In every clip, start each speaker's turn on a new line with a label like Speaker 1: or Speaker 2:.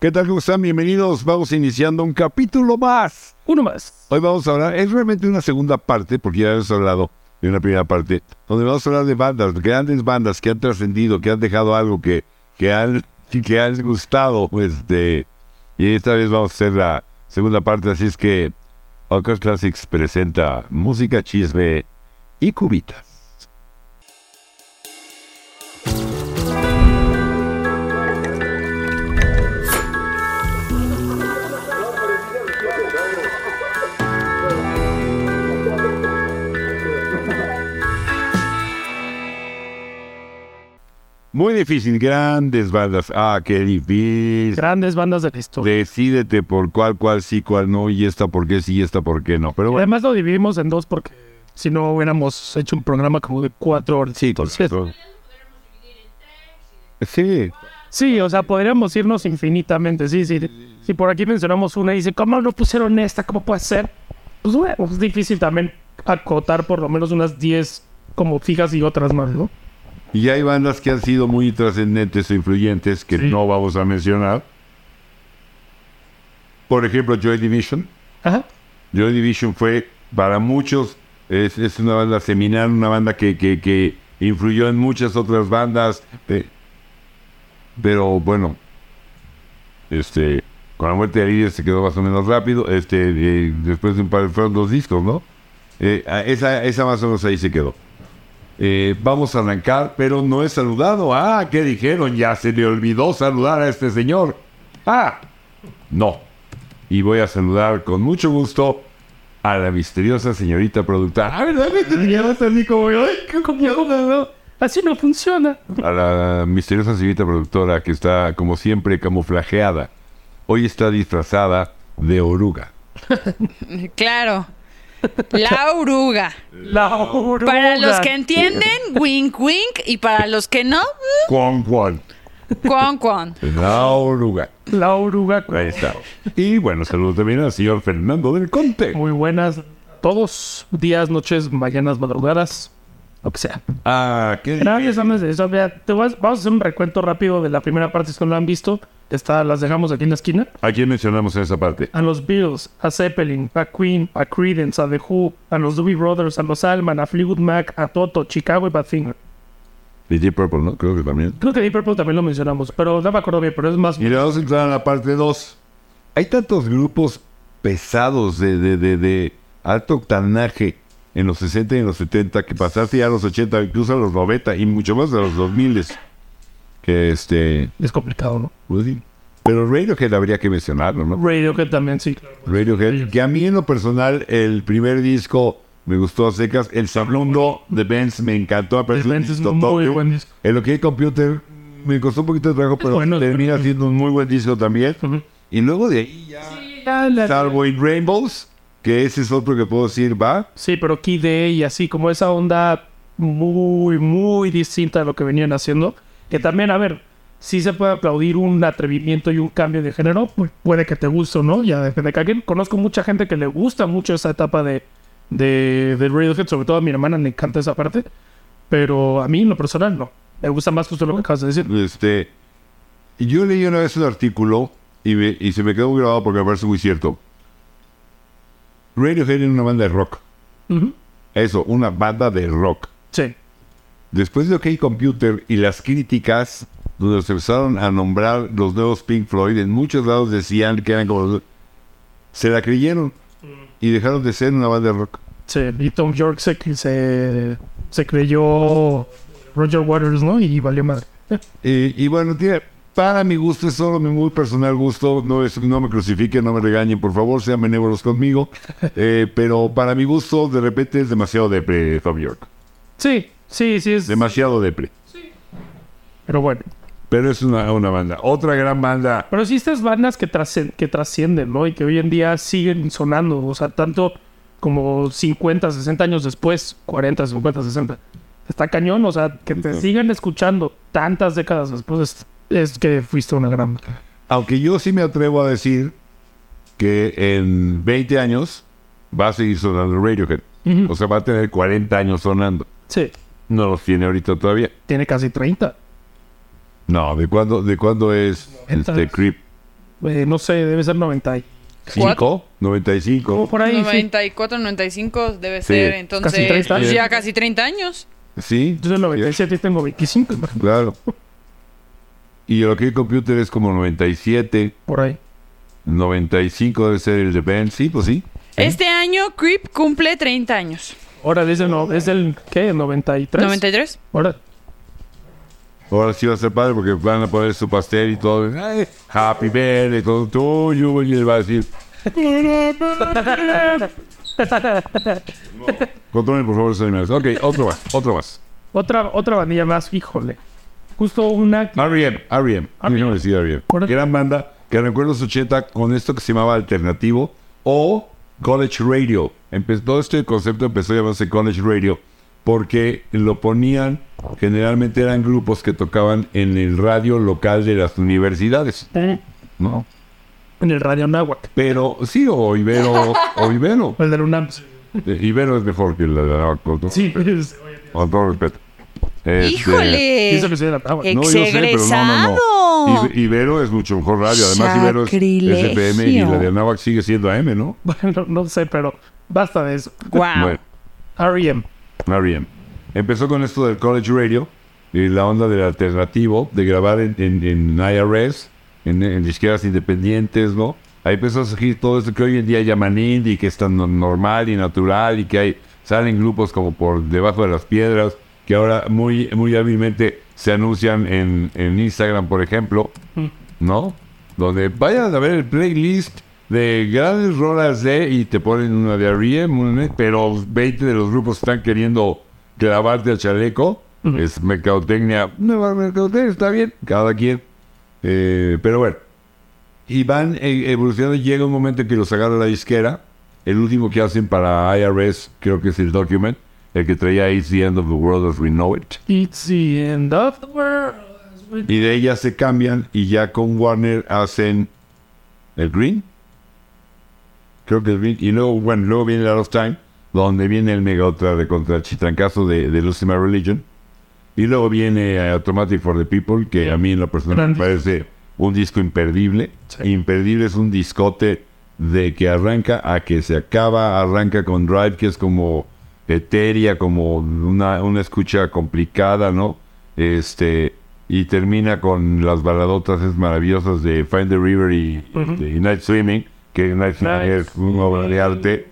Speaker 1: ¿Qué tal, cómo están? Bienvenidos. Vamos iniciando un capítulo más.
Speaker 2: Uno más.
Speaker 1: Hoy vamos a hablar, es realmente una segunda parte, porque ya hemos hablado de una primera parte, donde vamos a hablar de bandas, grandes bandas que han trascendido, que han dejado algo, que, que, han, que han gustado. Este, y esta vez vamos a hacer la segunda parte, así es que Ocash Classics presenta música, chisme y cubitas. Muy difícil, grandes bandas. Ah, qué difícil.
Speaker 2: Grandes bandas de la historia.
Speaker 1: Decídete por cuál, cuál sí, cuál no, y esta por qué sí, y esta por qué no. Pero bueno,
Speaker 2: Además lo dividimos en dos porque si no hubiéramos hecho un programa como de cuatro horas.
Speaker 1: sí,
Speaker 2: Entonces,
Speaker 1: correcto. Sí,
Speaker 2: sí, o sea, podríamos irnos infinitamente. Sí, sí. Si por aquí mencionamos una y dice, ¿cómo no pusieron esta? ¿Cómo puede ser? Pues bueno, es difícil también acotar por lo menos unas 10 como fijas y otras más, ¿no?
Speaker 1: y hay bandas que han sido muy trascendentes o influyentes que
Speaker 2: Sí.
Speaker 1: no vamos a mencionar. Por ejemplo, Joy Division.
Speaker 2: Ajá.
Speaker 1: Joy Division fue, para muchos, es, es una banda seminal, una banda que, que- que influyó en muchas otras bandas. eh, pero bueno, este, con la muerte de Lidia se quedó más o menos rápido. Este, eh, después de un par, fueron dos discos, ¿no? Eh, a- esa, esa más o menos ahí se quedó. Eh, vamos a arrancar, pero no he saludado. Ah, ¿qué dijeron? Ya se le olvidó saludar a este señor. Ah, no y voy a saludar con mucho gusto a la misteriosa señorita productora. Ah, ¿verdad? Me tenía más así como yo, "Ay, qué coñada, ¿no?".
Speaker 2: Así no funciona.
Speaker 1: A la misteriosa señorita productora que está, como siempre, camuflajeada. Hoy está disfrazada de oruga.
Speaker 3: Claro. La oruga.
Speaker 2: La oruga.
Speaker 3: Para los que entienden, wink wink. Y para los que no, mm,
Speaker 1: Juan Juan.
Speaker 3: cuon cuon.
Speaker 1: La oruga.
Speaker 2: La oruga.
Speaker 1: Ahí está. Y bueno, saludos también al señor Fernando del Conte.
Speaker 2: Muy buenas todos. Días, noches, mañanas, madrugadas. Lo que sea.
Speaker 1: Ah, qué
Speaker 2: Gracias, hombres de eso. Mira, te vas- vamos a hacer un recuento rápido de la primera parte, si no la han visto. Está, las dejamos aquí en la esquina.
Speaker 1: ¿A quién mencionamos en esa parte?
Speaker 2: A los Beatles, a Zeppelin, a Queen, a Creedence, a The Who, a los Doobie Brothers, a los Alman, a Fleetwood Mac, a Toto, Chicago y Badfinger.
Speaker 1: De Deep Purple, ¿no? Creo que también.
Speaker 2: Creo que Deep Purple también lo mencionamos, pero no me acuerdo bien, pero es más...
Speaker 1: Y le vamos a entrar a la parte 2. Hay tantos grupos pesados de, de- de- de alto octanaje en los 60 y en los 70 que pasaste ya a los 80, incluso a los 90 y mucho más a los 2000 que este
Speaker 2: Es complicado, ¿no?
Speaker 1: pues sí. pero Radiohead habría que mencionarlo, ¿no?
Speaker 2: Radiohead también, sí, claro.
Speaker 1: Radiohead, que a mí en lo personal el primer disco me gustó a secas, el segundo de Benz me encantó, pero
Speaker 2: The Bends es muy buen disco.
Speaker 1: En lo que hay computer me costó un poquito de trabajo, pero
Speaker 2: bueno, es
Speaker 1: termina siendo un muy buen disco también.
Speaker 2: Ujú.
Speaker 1: Y luego de ahí ya
Speaker 2: Ah, la-
Speaker 1: Salvo in Rainbows, que ese es otro que puedo decir, va.
Speaker 2: Sí, pero Key Day y así, como esa onda muy, muy distinta de lo que venían haciendo. Que también, a ver, sí se puede aplaudir un atrevimiento y un cambio de género, pues puede que te guste o no, ya depende de cada quien. Conozco mucha gente que le gusta mucho esa etapa de, de, de Radiohead, sobre todo a mi hermana le encanta esa parte, pero a mí en lo personal no. Me gusta más justo lo que acabas de decir.
Speaker 1: Este, y yo leí una vez un artículo y, me- y se me quedó grabado porque me parece muy cierto. Radiohead era una banda de rock.
Speaker 2: Ujú.
Speaker 1: Eso, una banda de rock.
Speaker 2: Sí,
Speaker 1: Después de OK Computer y las críticas, donde se empezaron a nombrar los nuevos Pink Floyd, en muchos lados decían que eran como... Se la creyeron y dejaron de ser una banda de rock.
Speaker 2: sí. Y Tom York se, se, se creyó Roger Waters, ¿no? Y valió madre.
Speaker 1: Eh, y bueno, tiene, para mi gusto, es solo mi muy personal gusto. No, es, no me crucifiquen, no me regañen, por favor, sean benévolos conmigo. Eh, pero para mi gusto, de repente es demasiado depre, Tom York.
Speaker 2: Sí, sí, sí. Es...
Speaker 1: Demasiado depre.
Speaker 2: Pero bueno.
Speaker 1: Pero es una, una banda. Otra gran banda.
Speaker 2: Pero sí estas bandas que, trascen- que trascienden, ¿no? Y que hoy en día siguen sonando, o sea, tanto como 50, 60 años después, 40, 50, 60. Está cañón, o sea, que te
Speaker 1: Ujú.
Speaker 2: sigan escuchando tantas décadas después es, es que fuiste una gran... banda.
Speaker 1: Aunque yo sí me atrevo a decir que en 20 años va a seguir sonando Radiohead. O sea, va a tener 40 años sonando.
Speaker 2: Sí,
Speaker 1: No los tiene ahorita todavía.
Speaker 2: tiene casi 30.
Speaker 1: No, ¿de cuándo, de cuándo es
Speaker 2: Noventas.
Speaker 1: este Creep?
Speaker 2: eh, no sé, debe ser 90. y-
Speaker 4: ¿Cinco?
Speaker 1: 95.
Speaker 2: Como por ahí. sí.
Speaker 3: 94, 95 debe
Speaker 1: Sí.
Speaker 3: ser,
Speaker 1: Casi
Speaker 3: entonces
Speaker 2: 30
Speaker 3: pues,
Speaker 1: años.
Speaker 3: ya casi 30 años.
Speaker 1: Sí,
Speaker 2: Yo soy 97 y tengo 25, imagínate,
Speaker 1: claro. Y el OK Computer es como 97,
Speaker 2: por ahí.
Speaker 1: 95 debe ser el de Ben. Sí, pues sí.
Speaker 3: Este año Creep cumple 30 años.
Speaker 2: Ahora desde no, es del ¿qué? 93.
Speaker 3: 93.
Speaker 2: Ahora,
Speaker 1: Ahora sí va a ser padre porque van a poner su pastel y todo. Ay, happy birthday, todo tuyo. Y él va a decir, controlen por favor esos animales. Ok, otro más, otro más.
Speaker 2: otra otra bandilla más, híjole. Justo una
Speaker 1: R.E.M., R.E.M., déjame decir R.E.M.
Speaker 2: Correcto.
Speaker 1: Gran banda que recuerdo los 80 con esto que se llamaba Alternativo o College Radio. Empe- todo este concepto empezó a llamarse College Radio porque lo ponían, generalmente eran grupos que tocaban en el radio local de las universidades,
Speaker 2: en
Speaker 1: ¿no?
Speaker 2: el Radio Nahuac,
Speaker 1: Pero sí, o Ibero, o Ibero.
Speaker 2: el del UNAM.
Speaker 1: Eh, Ibero es mejor que la de Nahuac, con todo-
Speaker 2: Sí, es-
Speaker 1: con todo respeto. Este,
Speaker 3: ¡Híjole!
Speaker 2: y eso que soy de la Nahuac.
Speaker 3: Eh,
Speaker 1: No, yo sé, pero no, no, no.
Speaker 3: ¡Exegresado!
Speaker 1: Ibe- Ibero es mucho mejor radio. Además, Ibero es, es FM y la de
Speaker 3: Sacrilegio.
Speaker 1: Anáhuac sigue siendo AM, ¿no?
Speaker 2: Bueno, no sé, pero basta de eso. E
Speaker 3: Guau.
Speaker 1: Bueno,
Speaker 2: R.E.M.
Speaker 1: está bien. Empezó con esto del College Radio y la onda del alternativo, de grabar en, en, en IRS, en, en disqueras independientes, ¿no? Ahí empezó a surgir todo esto que hoy en día llaman indie, que es tan no- normal y natural y que hay, salen grupos como por debajo de las piedras, que ahora muy, muy hábilmente se anuncian en, en Instagram, por ejemplo, ¿no? Donde vayan a ver el playlist de grandes rolas de y te ponen una de E R.E.M., una de- pero 20 de los grupos están queriendo clavarte al chaleco. Es mercadotecnia, nueva mercadotecnia, está bien, cada quien. Eh, pero bueno, y van eh, evolucionando. Llega un momento en que los agarra la disquera. El último que hacen para IRS, creo que es el document, el que traía It's the End of the World as We Know It.
Speaker 2: It's the end of the world.
Speaker 1: Y de ella se cambian y ya con Warner hacen el Green. Creo que el Green. Y luego, bueno, luego viene la Lost Time, donde viene el mega otra de contra el chitrancazo de, de Lucifer Religion. Y luego viene eh, Automatic for the People, que a mí en lo personal me
Speaker 2: Gran
Speaker 1: parece un disco imperdible.
Speaker 2: Sí.
Speaker 1: Imperdible es un discote de que arranca a que se acaba, arranca con Drive, que es como etérea, como una, una escucha complicada, ¿no? Este, y termina con las baladotas esas maravillosas de Find the River y,
Speaker 2: Ujú.
Speaker 1: de Night Swimming, que Night Swimming
Speaker 2: Night
Speaker 1: es una obra de arte.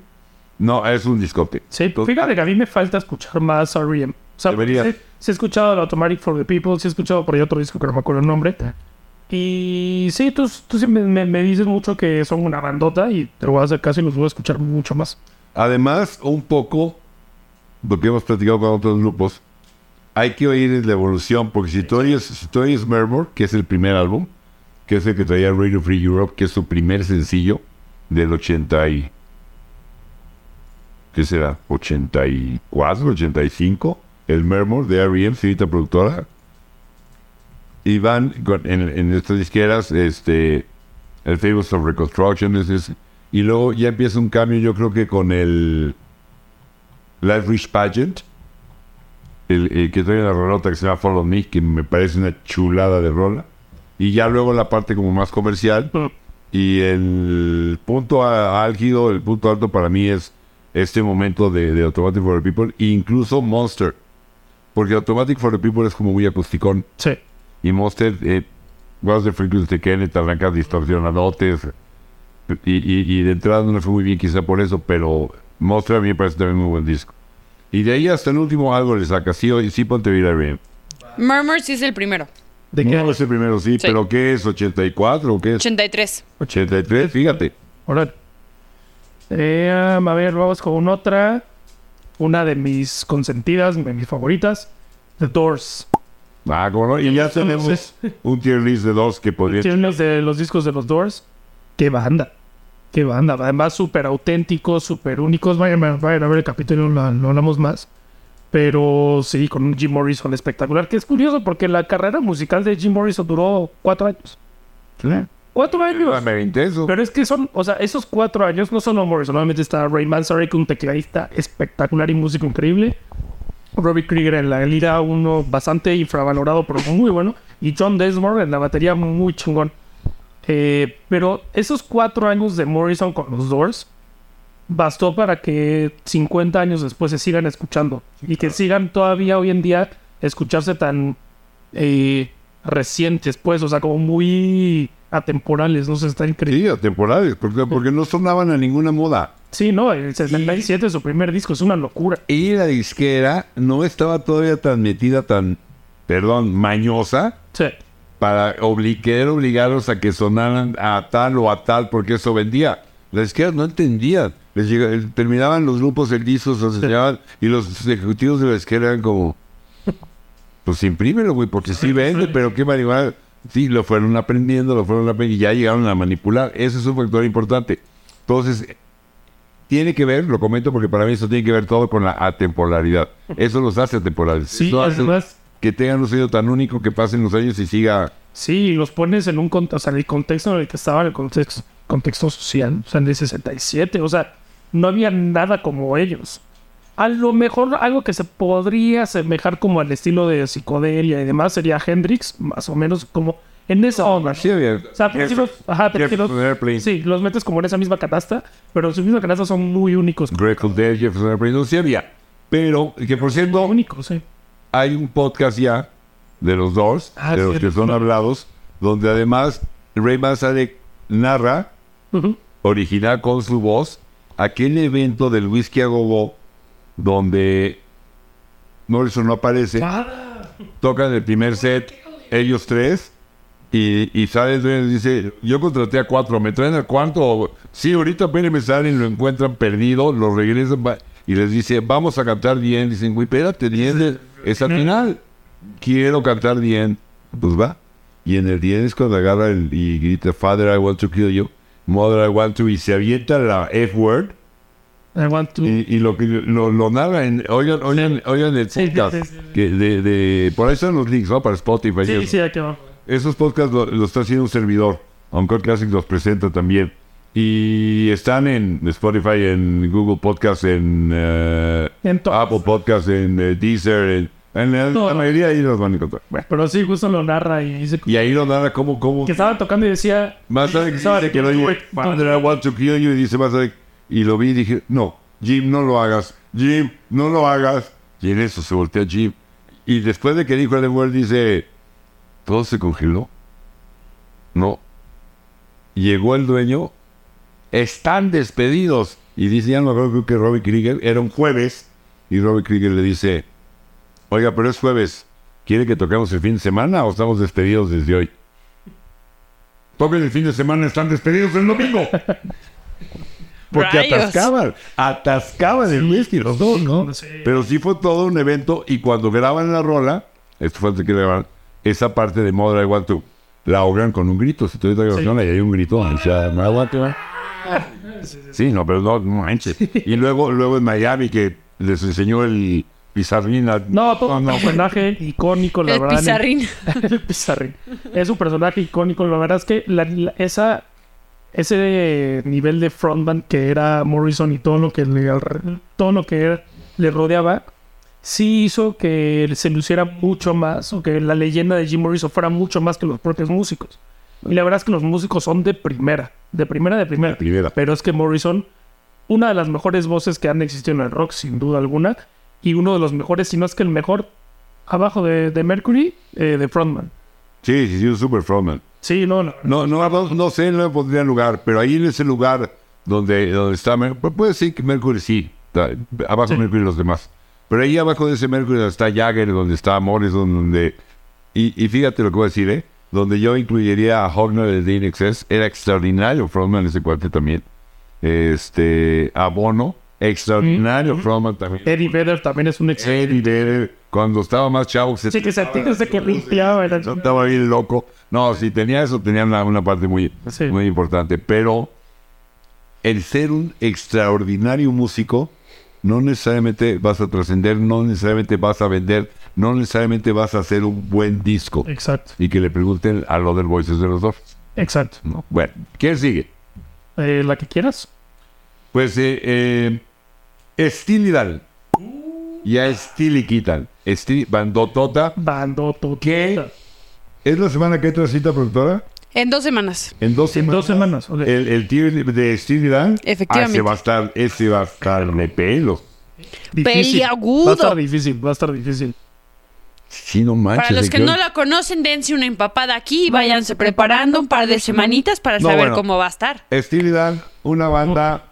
Speaker 1: No, es un discote.
Speaker 2: Sí,
Speaker 1: Entonces,
Speaker 2: fíjate que a mí me falta escuchar más R.E.M. O sea,
Speaker 1: Deberías.
Speaker 2: sí, sí he escuchado el Automatic for the People, sí he escuchado por ahí otro disco que no me acuerdo el nombre. Y sí, tú, tú sí me, me- me dices mucho que son una bandota y te lo voy a hacer caso y los voy a escuchar mucho más.
Speaker 1: Además, un poco, lo que hemos platicado con otros grupos, hay que oír la evolución, porque si tú oyes, si tú oyes Murmur, que es el primer álbum, que es el que traía Radio Free Europe, que es su primer sencillo del 80 y... ¿Qué será? ¿84? ¿85? El Murmur de R.E.M., señorita productora. Y van con- en, en estas disqueras, este... El Fables of Reconstruction, es- es- y luego ya empieza un cambio, yo creo que con el Life Rich Pageant, el, el que trae la rolota que se llama Follow Me, que me parece una chulada de rola. Y ya luego la parte como más comercial.
Speaker 2: Mm,
Speaker 1: Y el punto a- álgido, el punto alto para mí es este momento de, de Automatic for the People, e incluso Monster. Porque Automatic for the People es como muy acusticón.
Speaker 2: Sí.
Speaker 1: Y Monster, eh, Guards de Frequency de Kenneth, arranca distorsionadotes. Y, y, y de entrada no le fue muy bien, quizá por eso, pero Monster a mí me parece también muy buen disco. Y de ahí hasta el último algo le saca. Sí, hoy- sí ponte vida bien.
Speaker 3: Murmurs es el primero.
Speaker 2: ¿De qué?
Speaker 1: No es el primero, sí, pero ¿qué es? ¿84 o qué es?
Speaker 3: 83.
Speaker 1: 83, fíjate.
Speaker 2: Órale. Eh, a ver, vamos con otra. Una de mis consentidas, de mis favoritas. The Doors.
Speaker 1: Ah, ¿cómo no? Y ya tenemos un tier list de dos que podría...
Speaker 2: Tiene unos de los discos de los Doors. Qué banda. Qué banda. Además, súper auténticos, súper únicos. Vayan, a- vayan a ver el capítulo, lo, lo hablamos más. Pero sí, con un Jim Morrison espectacular. Que es curioso porque la carrera musical de Jim Morrison duró cuatro años. Cuatro años.
Speaker 1: Me intenso.
Speaker 2: Pero es que son, o sea, esos cuatro años no solo Morrison, solamente está Ray Manzarek, un tecladista espectacular y músico increíble. Robbie Krieger en la lira, uno bastante infravalorado, pero muy bueno. Y John Desmore en la batería, muy chingón. Eh, pero esos cuatro años de Morrison con los Doors bastó para que 50 años después se sigan escuchando y que sigan todavía hoy en día escucharse tan eh, recientes, pues, o sea, como muy atemporales, no sé, está increíble.
Speaker 1: Sí, temporales, porque, porque no sonaban a ninguna moda.
Speaker 2: Sí, no, el 77 es su primer disco, es una locura.
Speaker 1: Y la disquera no estaba todavía tan metida, tan, perdón, mañosa,
Speaker 2: Sí,
Speaker 1: para obli- querer obligarlos a que sonaran a tal o a tal, porque eso vendía. La izquierda no entendía. Les llega- eh, terminaban los grupos el disco, se los enseñaban, y los ejecutivos de la izquierda eran como, pues imprímelo, güey, porque sí vende, pero qué marihuana. Sí, lo fueron aprendiendo, lo fueron aprendiendo, y ya llegaron a manipular. Ese es un factor importante. Entonces, tiene que ver, lo comento porque para mí eso tiene que ver todo con la atemporalidad. Eso los hace atemporales.
Speaker 2: sí
Speaker 1: No hace
Speaker 2: además,
Speaker 1: que tengan un sonido tan único que pasen los años y siga
Speaker 2: sí, los pones en un contexto, o sea, en el contexto en el que estaba, en el contexto, contexto social, o sea, en el 67, o sea, no había nada como ellos. A lo mejor algo que se podría asemejar como al estilo de psicodelia y demás sería Hendrix, más o menos como en esa onda.
Speaker 1: Sí, había-
Speaker 2: O sea, pero sí los, ajá, pero
Speaker 1: Jeff
Speaker 2: sí los-
Speaker 1: Airplane.
Speaker 2: sí, los metes como en esa misma canasta, pero sus mismas canastas son muy únicos.
Speaker 1: Grateful Dead, Jefferson Airplane, no, sí había. Pero, que por cierto,
Speaker 2: Únicos, eh. sí.
Speaker 1: hay un podcast ya de los Doors,
Speaker 2: Ah,
Speaker 1: de los que
Speaker 2: cierto.
Speaker 1: son hablados, donde además Ray Manzarek narra,
Speaker 2: Ujú.
Speaker 1: original con su voz, aquel evento del Whisky a Gogo, donde Morrison no aparece. tocan el primer set, ellos tres, y, y sale el dueño y dice, yo contraté a cuatro, ¿me traen al cuarto? Sí, ahorita apenas me salen, lo encuentran perdido, lo regresan va- y les dice, vamos a cantar bien. Dicen, güey, espérate, 10 es al final, quiero cantar bien. Pues va. Y en el 10 es cuando agarra el- y grita, Father, I want to kill you, Mother, I want to, y se avienta la F-word.
Speaker 2: I want to-
Speaker 1: Y, y lo que lo, lo narra en, oigan, oigan, oigan el
Speaker 2: Sí, sí,
Speaker 1: podcast.
Speaker 2: sí, sí, sí.
Speaker 1: Que de, de- por ahí están los links, ¿no? Para Spotify. y
Speaker 2: Sí,
Speaker 1: eso.
Speaker 2: sí, aquí va.
Speaker 1: Esos podcasts lo, lo está haciendo un servidor. Encore Classic los presenta también. Y están en Spotify, en Google Podcast, en eh,
Speaker 2: En todas.
Speaker 1: Apple Podcast, en eh, Deezer, en, en la, la
Speaker 2: Todo.
Speaker 1: mayoría ahí los van a encontrar. Bueno,
Speaker 2: Pero sí, justo lo narra y dice
Speaker 1: y ahí lo narra como, como
Speaker 2: que estaban tocando y decía,
Speaker 1: más tarde que
Speaker 2: Sorry,
Speaker 1: dice que lo dice,
Speaker 2: wait,
Speaker 1: Father, I want to kill you, y dice más tarde, y lo vi y dije, no, Jim, no lo hagas, Jim, no lo hagas. Y en eso se voltea Jim. Y después de que dijo el word dice, todo se congeló. No. Llegó el dueño, están despedidos. Y dice, ya no me acuerdo, creo que Robbie Krieger, era un jueves, y Robbie Krieger le dice, oiga, pero es jueves, ¿quiere que toquemos el fin de semana o estamos despedidos desde hoy? Toquen el fin de semana, están despedidos el domingo. Porque
Speaker 3: Rayos.
Speaker 1: atascaban, atascaban el whisky los dos, ¿no?
Speaker 2: Sí.
Speaker 1: Pero sí fue todo un evento y cuando graban la rola, esto fue antes que graban, esa parte de Mother I Want To, la ahogan con un grito. Si tú oyes la grabación, ahí hay un grito, o sea, "I want to", Sí, no, pero no, no manches. Y luego, luego en Miami que les enseñó el pizarrín a-
Speaker 2: no, todo un personaje icónico, la
Speaker 3: El
Speaker 2: verdad.
Speaker 3: pizarrín.
Speaker 2: el pizarrín. Es un personaje icónico, la verdad es que la- la- esa, ese nivel de frontman que era Morrison y todo lo que le, alre- todo lo que le rodeaba, sí hizo que se luciera mucho más, o que la leyenda de Jim Morrison fuera mucho más que los propios músicos. Y la verdad es que los músicos son de primera, de primera, de primera.
Speaker 1: Rivera.
Speaker 2: Pero es que Morrison, una de las mejores voces que han existido en el rock, sin duda alguna, y uno de los mejores, si no es que el mejor, abajo de, de Mercury, eh, de Frontman.
Speaker 1: Sí, sí, sí, un super frontman.
Speaker 2: Sí, no, no.
Speaker 1: No, no, no, no sé, no me pondría en lugar, pero ahí en ese lugar donde, donde está Mercury, pues puede decir que Mercury sí, está abajo
Speaker 2: Sí.
Speaker 1: Mercury y los demás. Pero ahí abajo de ese Mercury donde está Jagger, donde está Morrison, donde... Y, y fíjate lo que voy a decir, ¿eh? Donde yo incluiría a Hogner de DNXS, era extraordinario frontman ese cuate también. Este, a Bono, extraordinario frontman también.
Speaker 2: Eddie Vedder también es un ex.
Speaker 1: Eddie Vedder, cuando estaba más chavo, se
Speaker 2: Sí, que se desde que limpiaba. era-
Speaker 1: no estaba bien loco. No, si tenía eso, tenía una, una parte muy,
Speaker 2: Sí.
Speaker 1: muy importante. Pero el ser un extraordinario músico, no necesariamente vas a trascender, no necesariamente vas a vender, no necesariamente vas a hacer un buen disco.
Speaker 2: Exacto,
Speaker 1: Y que le pregunten a lo del Voices de los dos.
Speaker 2: exacto.
Speaker 1: ¿no? Bueno, ¿quién sigue?
Speaker 2: Eh, la que quieras.
Speaker 1: Pues eh, eh, Steely Dan. Ya Steely quitan. Steely, bandotota.
Speaker 2: Bando, todo.
Speaker 1: ¿Qué? ¿Es la semana que entra cita productora?
Speaker 3: En dos semanas.
Speaker 1: En dos
Speaker 2: En dos semanas. ok.
Speaker 1: El, el tío de Stevie Dan. Ah,
Speaker 3: Efectivamente.
Speaker 1: ese va a estar, ese va a estar de pelos.
Speaker 2: Difícil.
Speaker 3: peliagudo.
Speaker 2: Va a estar difícil, va a estar difícil.
Speaker 1: Sí, no manches.
Speaker 3: Para los
Speaker 1: el
Speaker 3: que no la conocen, dense una empapada aquí y váyanse preparando un par de semanitas para
Speaker 1: No,
Speaker 3: saber
Speaker 1: bueno.
Speaker 3: cómo va a estar.
Speaker 1: Steely Dan, una banda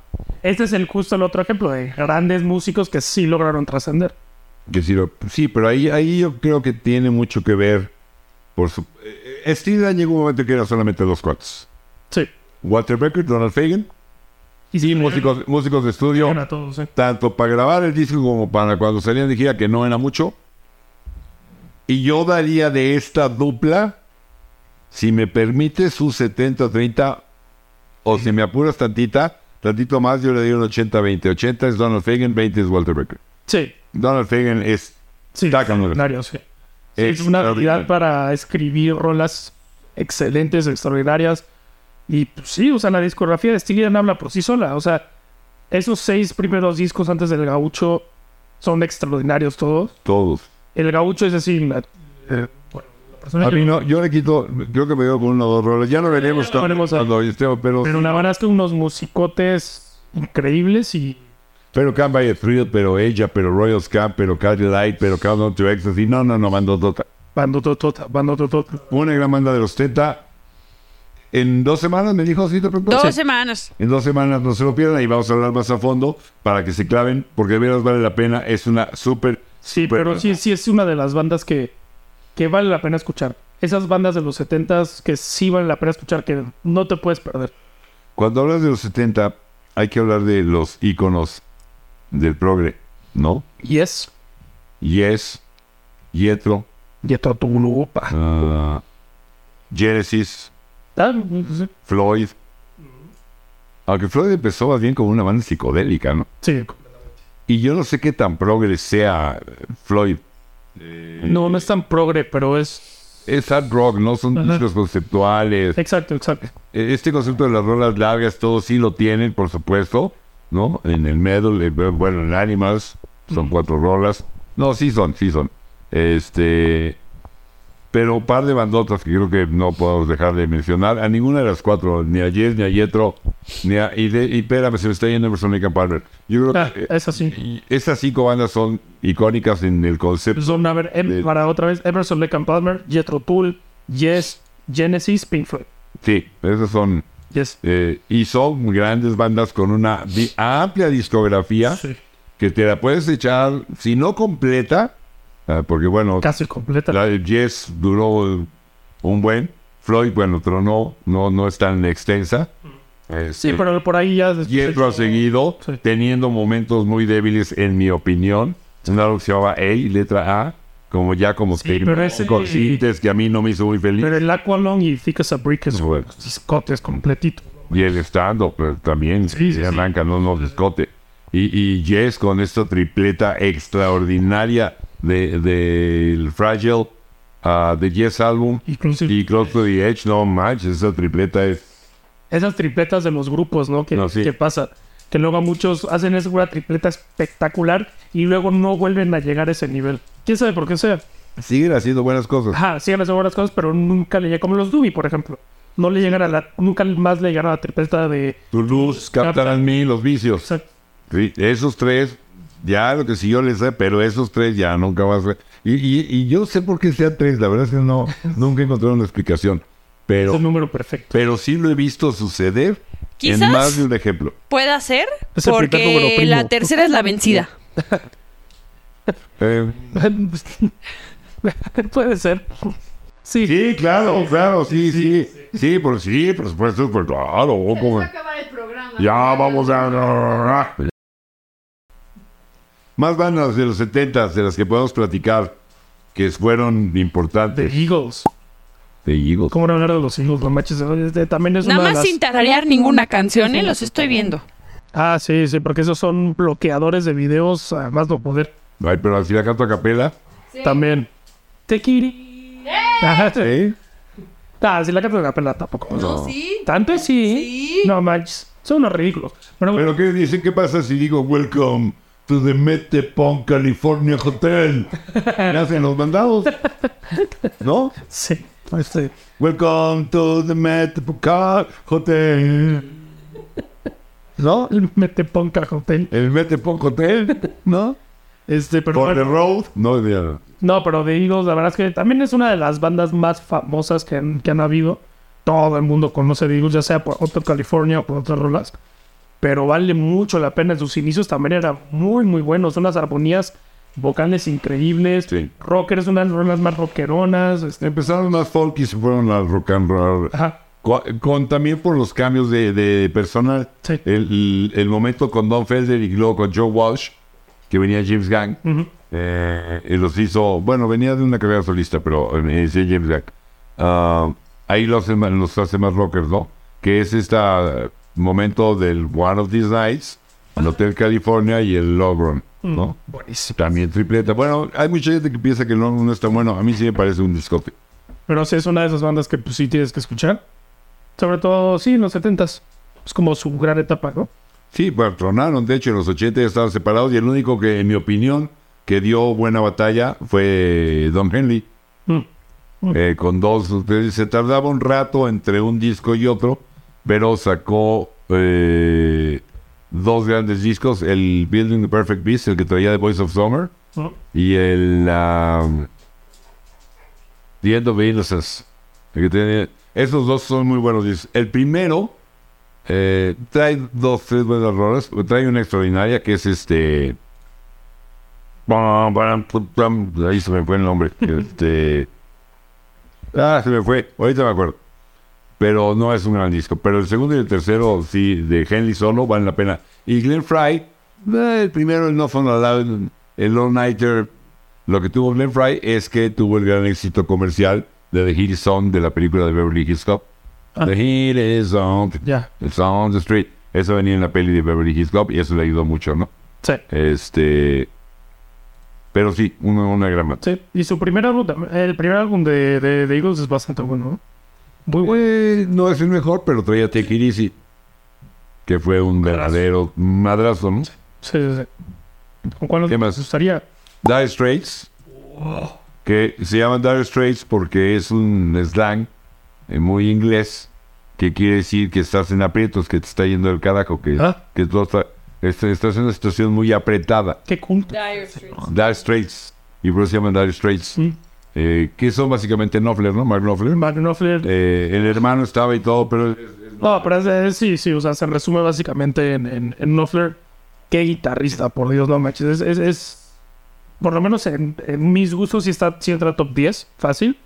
Speaker 2: Este es el justo el otro ejemplo de grandes músicos que sí lograron trascender.
Speaker 1: que sí, lo- sí, pero ahí, ahí yo creo que tiene mucho que ver. Por su, eh, eh, Steely Dan llegó un momento que era solamente dos cuates.
Speaker 2: Sí.
Speaker 1: Walter Becker, Donald Fagan,
Speaker 2: Y sí,
Speaker 1: músicos, músicos de estudio.
Speaker 2: a todos, ¿eh?
Speaker 1: tanto para grabar el disco como para cuando salían de gira, que no era mucho. Y yo daría de esta dupla, si me permites, un 70-30, o si me apuras tantita, tantito más, yo le doy un 80-20. 80 es Donald Fagan, 20 es Walter Becker.
Speaker 2: Sí.
Speaker 1: Donald Fagan es
Speaker 2: Sí.
Speaker 1: Sácamelo.
Speaker 2: extraordinario, sí. Sí, Es una habilidad
Speaker 1: extraordinario.
Speaker 2: para escribir rolas excelentes, extraordinarias. Y pues, sí, o sea, la discografía de Steely Dan habla por sí sola. O sea, esos seis primeros discos antes del Gaucho son extraordinarios todos.
Speaker 1: todos.
Speaker 2: El Gaucho es decir, la, eh, bueno, la persona
Speaker 1: A
Speaker 2: que-
Speaker 1: mí no, yo le quito, creo que me dio con uno o dos roles. Ya no veremos
Speaker 2: Ya lo veremos, ah.
Speaker 1: cuando estemos, pero,
Speaker 2: Pero la verdad es que unos musicotes increíbles y
Speaker 1: pero Can't Buy a Thrill, pero ella, pero Royal Scam, pero Cadillac, Light, pero Countdown to Ecstasy. No, no, no, mandó total.
Speaker 2: bando totota, bando totota.
Speaker 1: una gran banda de los Teta. En dos semanas me dijo, sí, te preocupes.
Speaker 3: Dos semanas.
Speaker 1: En dos semanas no se lo pierdan y vamos a hablar más a fondo para que se claven, porque de veras vale la pena. Es una súper.
Speaker 2: Sí,
Speaker 1: súper-
Speaker 2: pero sí, sí es una de las bandas que, que vale la pena escuchar. Esas bandas de los 70s que sí vale la pena escuchar, que no te puedes perder.
Speaker 1: Cuando hablas de los 70, hay que hablar de los íconos del progre, ¿no?
Speaker 2: Yes.
Speaker 1: Yes, Yetro,
Speaker 2: Y esto tu grupa.
Speaker 1: ah, Genesis,
Speaker 2: Ah,
Speaker 1: Floyd. Aunque Floyd empezó más bien como una banda psicodélica, ¿no?
Speaker 2: Sí.
Speaker 1: Y yo no sé qué tan progre sea eh, Floyd.
Speaker 2: No, no es tan progre, pero es.
Speaker 1: Es hard rock, no son
Speaker 2: Ajá.
Speaker 1: discos conceptuales.
Speaker 2: Exacto, exacto.
Speaker 1: Eh, Este concepto de las rolas largas, todos sí lo tienen, por supuesto, ¿no? En el Metal, eh, bueno, en Animals, son cuatro rolas. No, sí son, sí son. Este. Pero un par de bandotas que creo que no podemos dejar de mencionar. A ninguna de las cuatro, ni a Jess, ni a Yetro, ni a. Y, de, y espérame, se me está yendo Emerson Lake and Palmer. Yo creo
Speaker 2: Ah,
Speaker 1: que. eh,
Speaker 2: es así.
Speaker 1: y esas cinco bandas son icónicas en el concepto.
Speaker 2: Son, a ver, em-
Speaker 1: de-
Speaker 2: para otra vez, Emerson, Lake and Palmer, Jethro Tull, Yes, Genesis, Pink Floyd.
Speaker 1: Sí, esas son.
Speaker 2: Yes.
Speaker 1: Eh, y son grandes bandas con una di- amplia discografía
Speaker 2: Sí.
Speaker 1: que te la puedes echar, si no completa, ah, porque bueno,
Speaker 2: Casi completa.
Speaker 1: la de Yes duró eh, un buen, Floyd, bueno, tronó, no, no es tan extensa.
Speaker 2: Mm. Sí,
Speaker 1: Este,
Speaker 2: pero por ahí ya. después-
Speaker 1: Jethro ha seguido
Speaker 2: Sí.
Speaker 1: teniendo momentos muy débiles, en mi opinión. Una que se llamaba A, letra A, como ya como
Speaker 2: Sí, pero ese-
Speaker 1: con tintes que a mí no me hizo muy feliz.
Speaker 2: Pero el Aqualung y Thick as a Brick es
Speaker 1: Bueno.
Speaker 2: discotes completito.
Speaker 1: Y el stand-up pues, también
Speaker 2: Sí, sí,
Speaker 1: se arranca, no nos discote. Y, y Jess con esta tripleta extraordinaria del de, del Fragile, ah, de Jess Album
Speaker 2: Inclusive.
Speaker 1: y Close to the Edge, no manches, esa tripleta es.
Speaker 2: esas tripletas de los grupos, ¿no? Que,
Speaker 1: No, sí.
Speaker 2: que pasa. Que luego muchos hacen esa una tripleta espectacular y luego no vuelven a llegar a ese nivel. ¿Quién sabe por qué sea?
Speaker 1: Siguen haciendo buenas cosas.
Speaker 2: Ajá, siguen haciendo buenas cosas, pero nunca le llegan, como los Doobie, por ejemplo. No le llegan a la, nunca más le llegaron a la tripleta de...
Speaker 1: Tu luz captarán en mí los vicios. Sí, esos tres, ya lo que si yo les sé, pero esos tres ya nunca vas a. Y, y, y yo sé por qué sean tres, la verdad es que no, nunca encontré una explicación.
Speaker 2: Es
Speaker 1: Pero
Speaker 2: un número perfecto.
Speaker 1: pero sí lo he visto suceder en
Speaker 3: Quizás.
Speaker 1: más de un ejemplo.
Speaker 3: Puede ser
Speaker 2: Es el primer número
Speaker 3: porque
Speaker 2: primo.
Speaker 3: la tercera es la vencida.
Speaker 1: Eh,
Speaker 2: Puede ser. Sí.
Speaker 1: sí, claro, claro, sí, sí, sí, por sí, por supuesto, pues claro, como- ya vamos a... Más bandas de los 70 de las que podemos platicar que fueron
Speaker 2: The
Speaker 1: importantes.
Speaker 2: Eagles.
Speaker 1: De Eagles.
Speaker 2: ¿Cómo no hablar de los Eagles? No manches, este también es
Speaker 3: Nada
Speaker 2: una de
Speaker 3: más
Speaker 2: las-
Speaker 3: sin tararear ninguna canción, ¿eh? Los estoy viendo.
Speaker 2: Ah, sí, sí, porque esos son bloqueadores de videos, además no poder.
Speaker 1: Ay, pero así la canto a capela.
Speaker 2: También. Te quirí. Ajá, sí.
Speaker 1: ¿eh?
Speaker 2: Ah, si la carta de la pela tampoco.
Speaker 3: Sí.
Speaker 2: Tanto sí.
Speaker 3: Sí.
Speaker 2: No manches. Son unos ridículos. Pero bueno,
Speaker 1: Pero ¿qué dicen? ¿Qué pasa si digo welcome to the Metepon California Hotel? ¿Le hacen los mandados? ¿No?
Speaker 2: sí. Este,
Speaker 1: Welcome to the Metepoca Hotel. ¿No?
Speaker 2: el Meteponca Hotel,
Speaker 1: El Metepoca Hotel, ¿no?
Speaker 2: este, pero
Speaker 1: Por the
Speaker 2: bueno,
Speaker 1: road. No, ya.
Speaker 2: no, pero de Eagles, la verdad es que también es una de las bandas más famosas que han, que han habido. Todo el mundo conoce de Eagles, ya sea por Hotel California o por otras rolas. Pero vale mucho la pena. Sus inicios también eran muy, muy buenos. Unas armonías vocales increíbles.
Speaker 1: Sí.
Speaker 2: Rocker es una de las rolas más rockeronas. este,
Speaker 1: Empezaron las folk y se fueron al rock and roll.
Speaker 2: ajá.
Speaker 1: Co- Con, también por los cambios de, de personal.
Speaker 2: Sí.
Speaker 1: El, el momento con Don Felder y luego con Joe Walsh, que venía James Gang.
Speaker 2: Ujú.
Speaker 1: Eh, y los hizo, bueno, venía de una carrera solista, pero eh, sí, James Gang. Ah, ahí los, hace más- los hace más rockers, ¿no? Que es este momento del One of These Nights, el Hotel California y el Logron, ¿no?
Speaker 2: Mm, Buenísimo.
Speaker 1: También tripleta. Bueno, hay mucha gente que piensa que no, no es tan bueno. A mí sí me parece un discote.
Speaker 2: Pero sí es una de esas bandas que pues, sí tienes que escuchar. Sobre todo, sí, en los 70s. Es como su gran etapa, ¿no?
Speaker 1: Sí, pero tronaron. De hecho, en los 80 ya estaban separados y el único que, en mi opinión, que dio buena batalla fue Don Henley.
Speaker 2: Mm.
Speaker 1: Eh, con dos, ustedes, se tardaba un rato entre un disco y otro, pero sacó eh, dos grandes discos, el Building the Perfect Beast, el que traía The Voice of Summer,
Speaker 2: Mm.
Speaker 1: y el um, The End of Innocence. el que tiene- esos dos son muy buenos discos. El primero eh, trae dos, tres buenas rolas, trae una extraordinaria que es este... Pam, pam, pam, pam, Ahí se me fue el nombre. Este... Ah, se me fue. Ahorita me acuerdo. Pero no es un gran disco. Pero el segundo y el tercero, sí, de Henley solo, valen la pena. Y Glenn Fry, eh, el primero, el No Fun Allowed, el All Nighter. Lo que tuvo Glenn Fry es que tuvo el gran éxito comercial de The Hit Is On, de la película de Beverly Hills Cop.
Speaker 2: Ah.
Speaker 1: The Hit Is On,
Speaker 2: Ya.
Speaker 1: It's On the Street. Eso venía en la peli de Beverly Hills Cop y eso le ayudó mucho, ¿no?
Speaker 2: Sí.
Speaker 1: Este. Pero sí, una, una gran banda.
Speaker 2: Sí. Y su primer álbum, tam- el primer álbum de, de, de Eagles es bastante bueno, ¿no? Muy bueno.
Speaker 1: Eh, no es el mejor, pero traía Take It Easy, que fue un verdadero madrazo, ¿no?
Speaker 2: Sí, sí, sí. ¿Con cuál
Speaker 1: ¿Qué más?
Speaker 2: nos gustaría?
Speaker 1: Dire Straits, que se llama Dire Straits porque es un slang eh, muy inglés que quiere decir que estás en aprietos, que te está yendo el carajo, que,
Speaker 2: Ah.
Speaker 1: que todo está- est- estás en una situación muy apretada.
Speaker 2: Qué culto.
Speaker 3: Dire Straits.
Speaker 1: Dire Straits, y por eso se llaman Dire Straits,
Speaker 2: Mm.
Speaker 1: eh, que son básicamente Knopfler, ¿no? Mark Knopfler.
Speaker 2: Mark Knopfler.
Speaker 1: Eh, el hermano estaba y todo, pero
Speaker 2: No, pero es, es- sí, sí, o sea, se resume básicamente en, en, en Knopfler. Qué guitarrista, por Dios, no manches. Es, es, es- por lo menos en, en mis gustos, sí, está, sí entra top 10, fácil.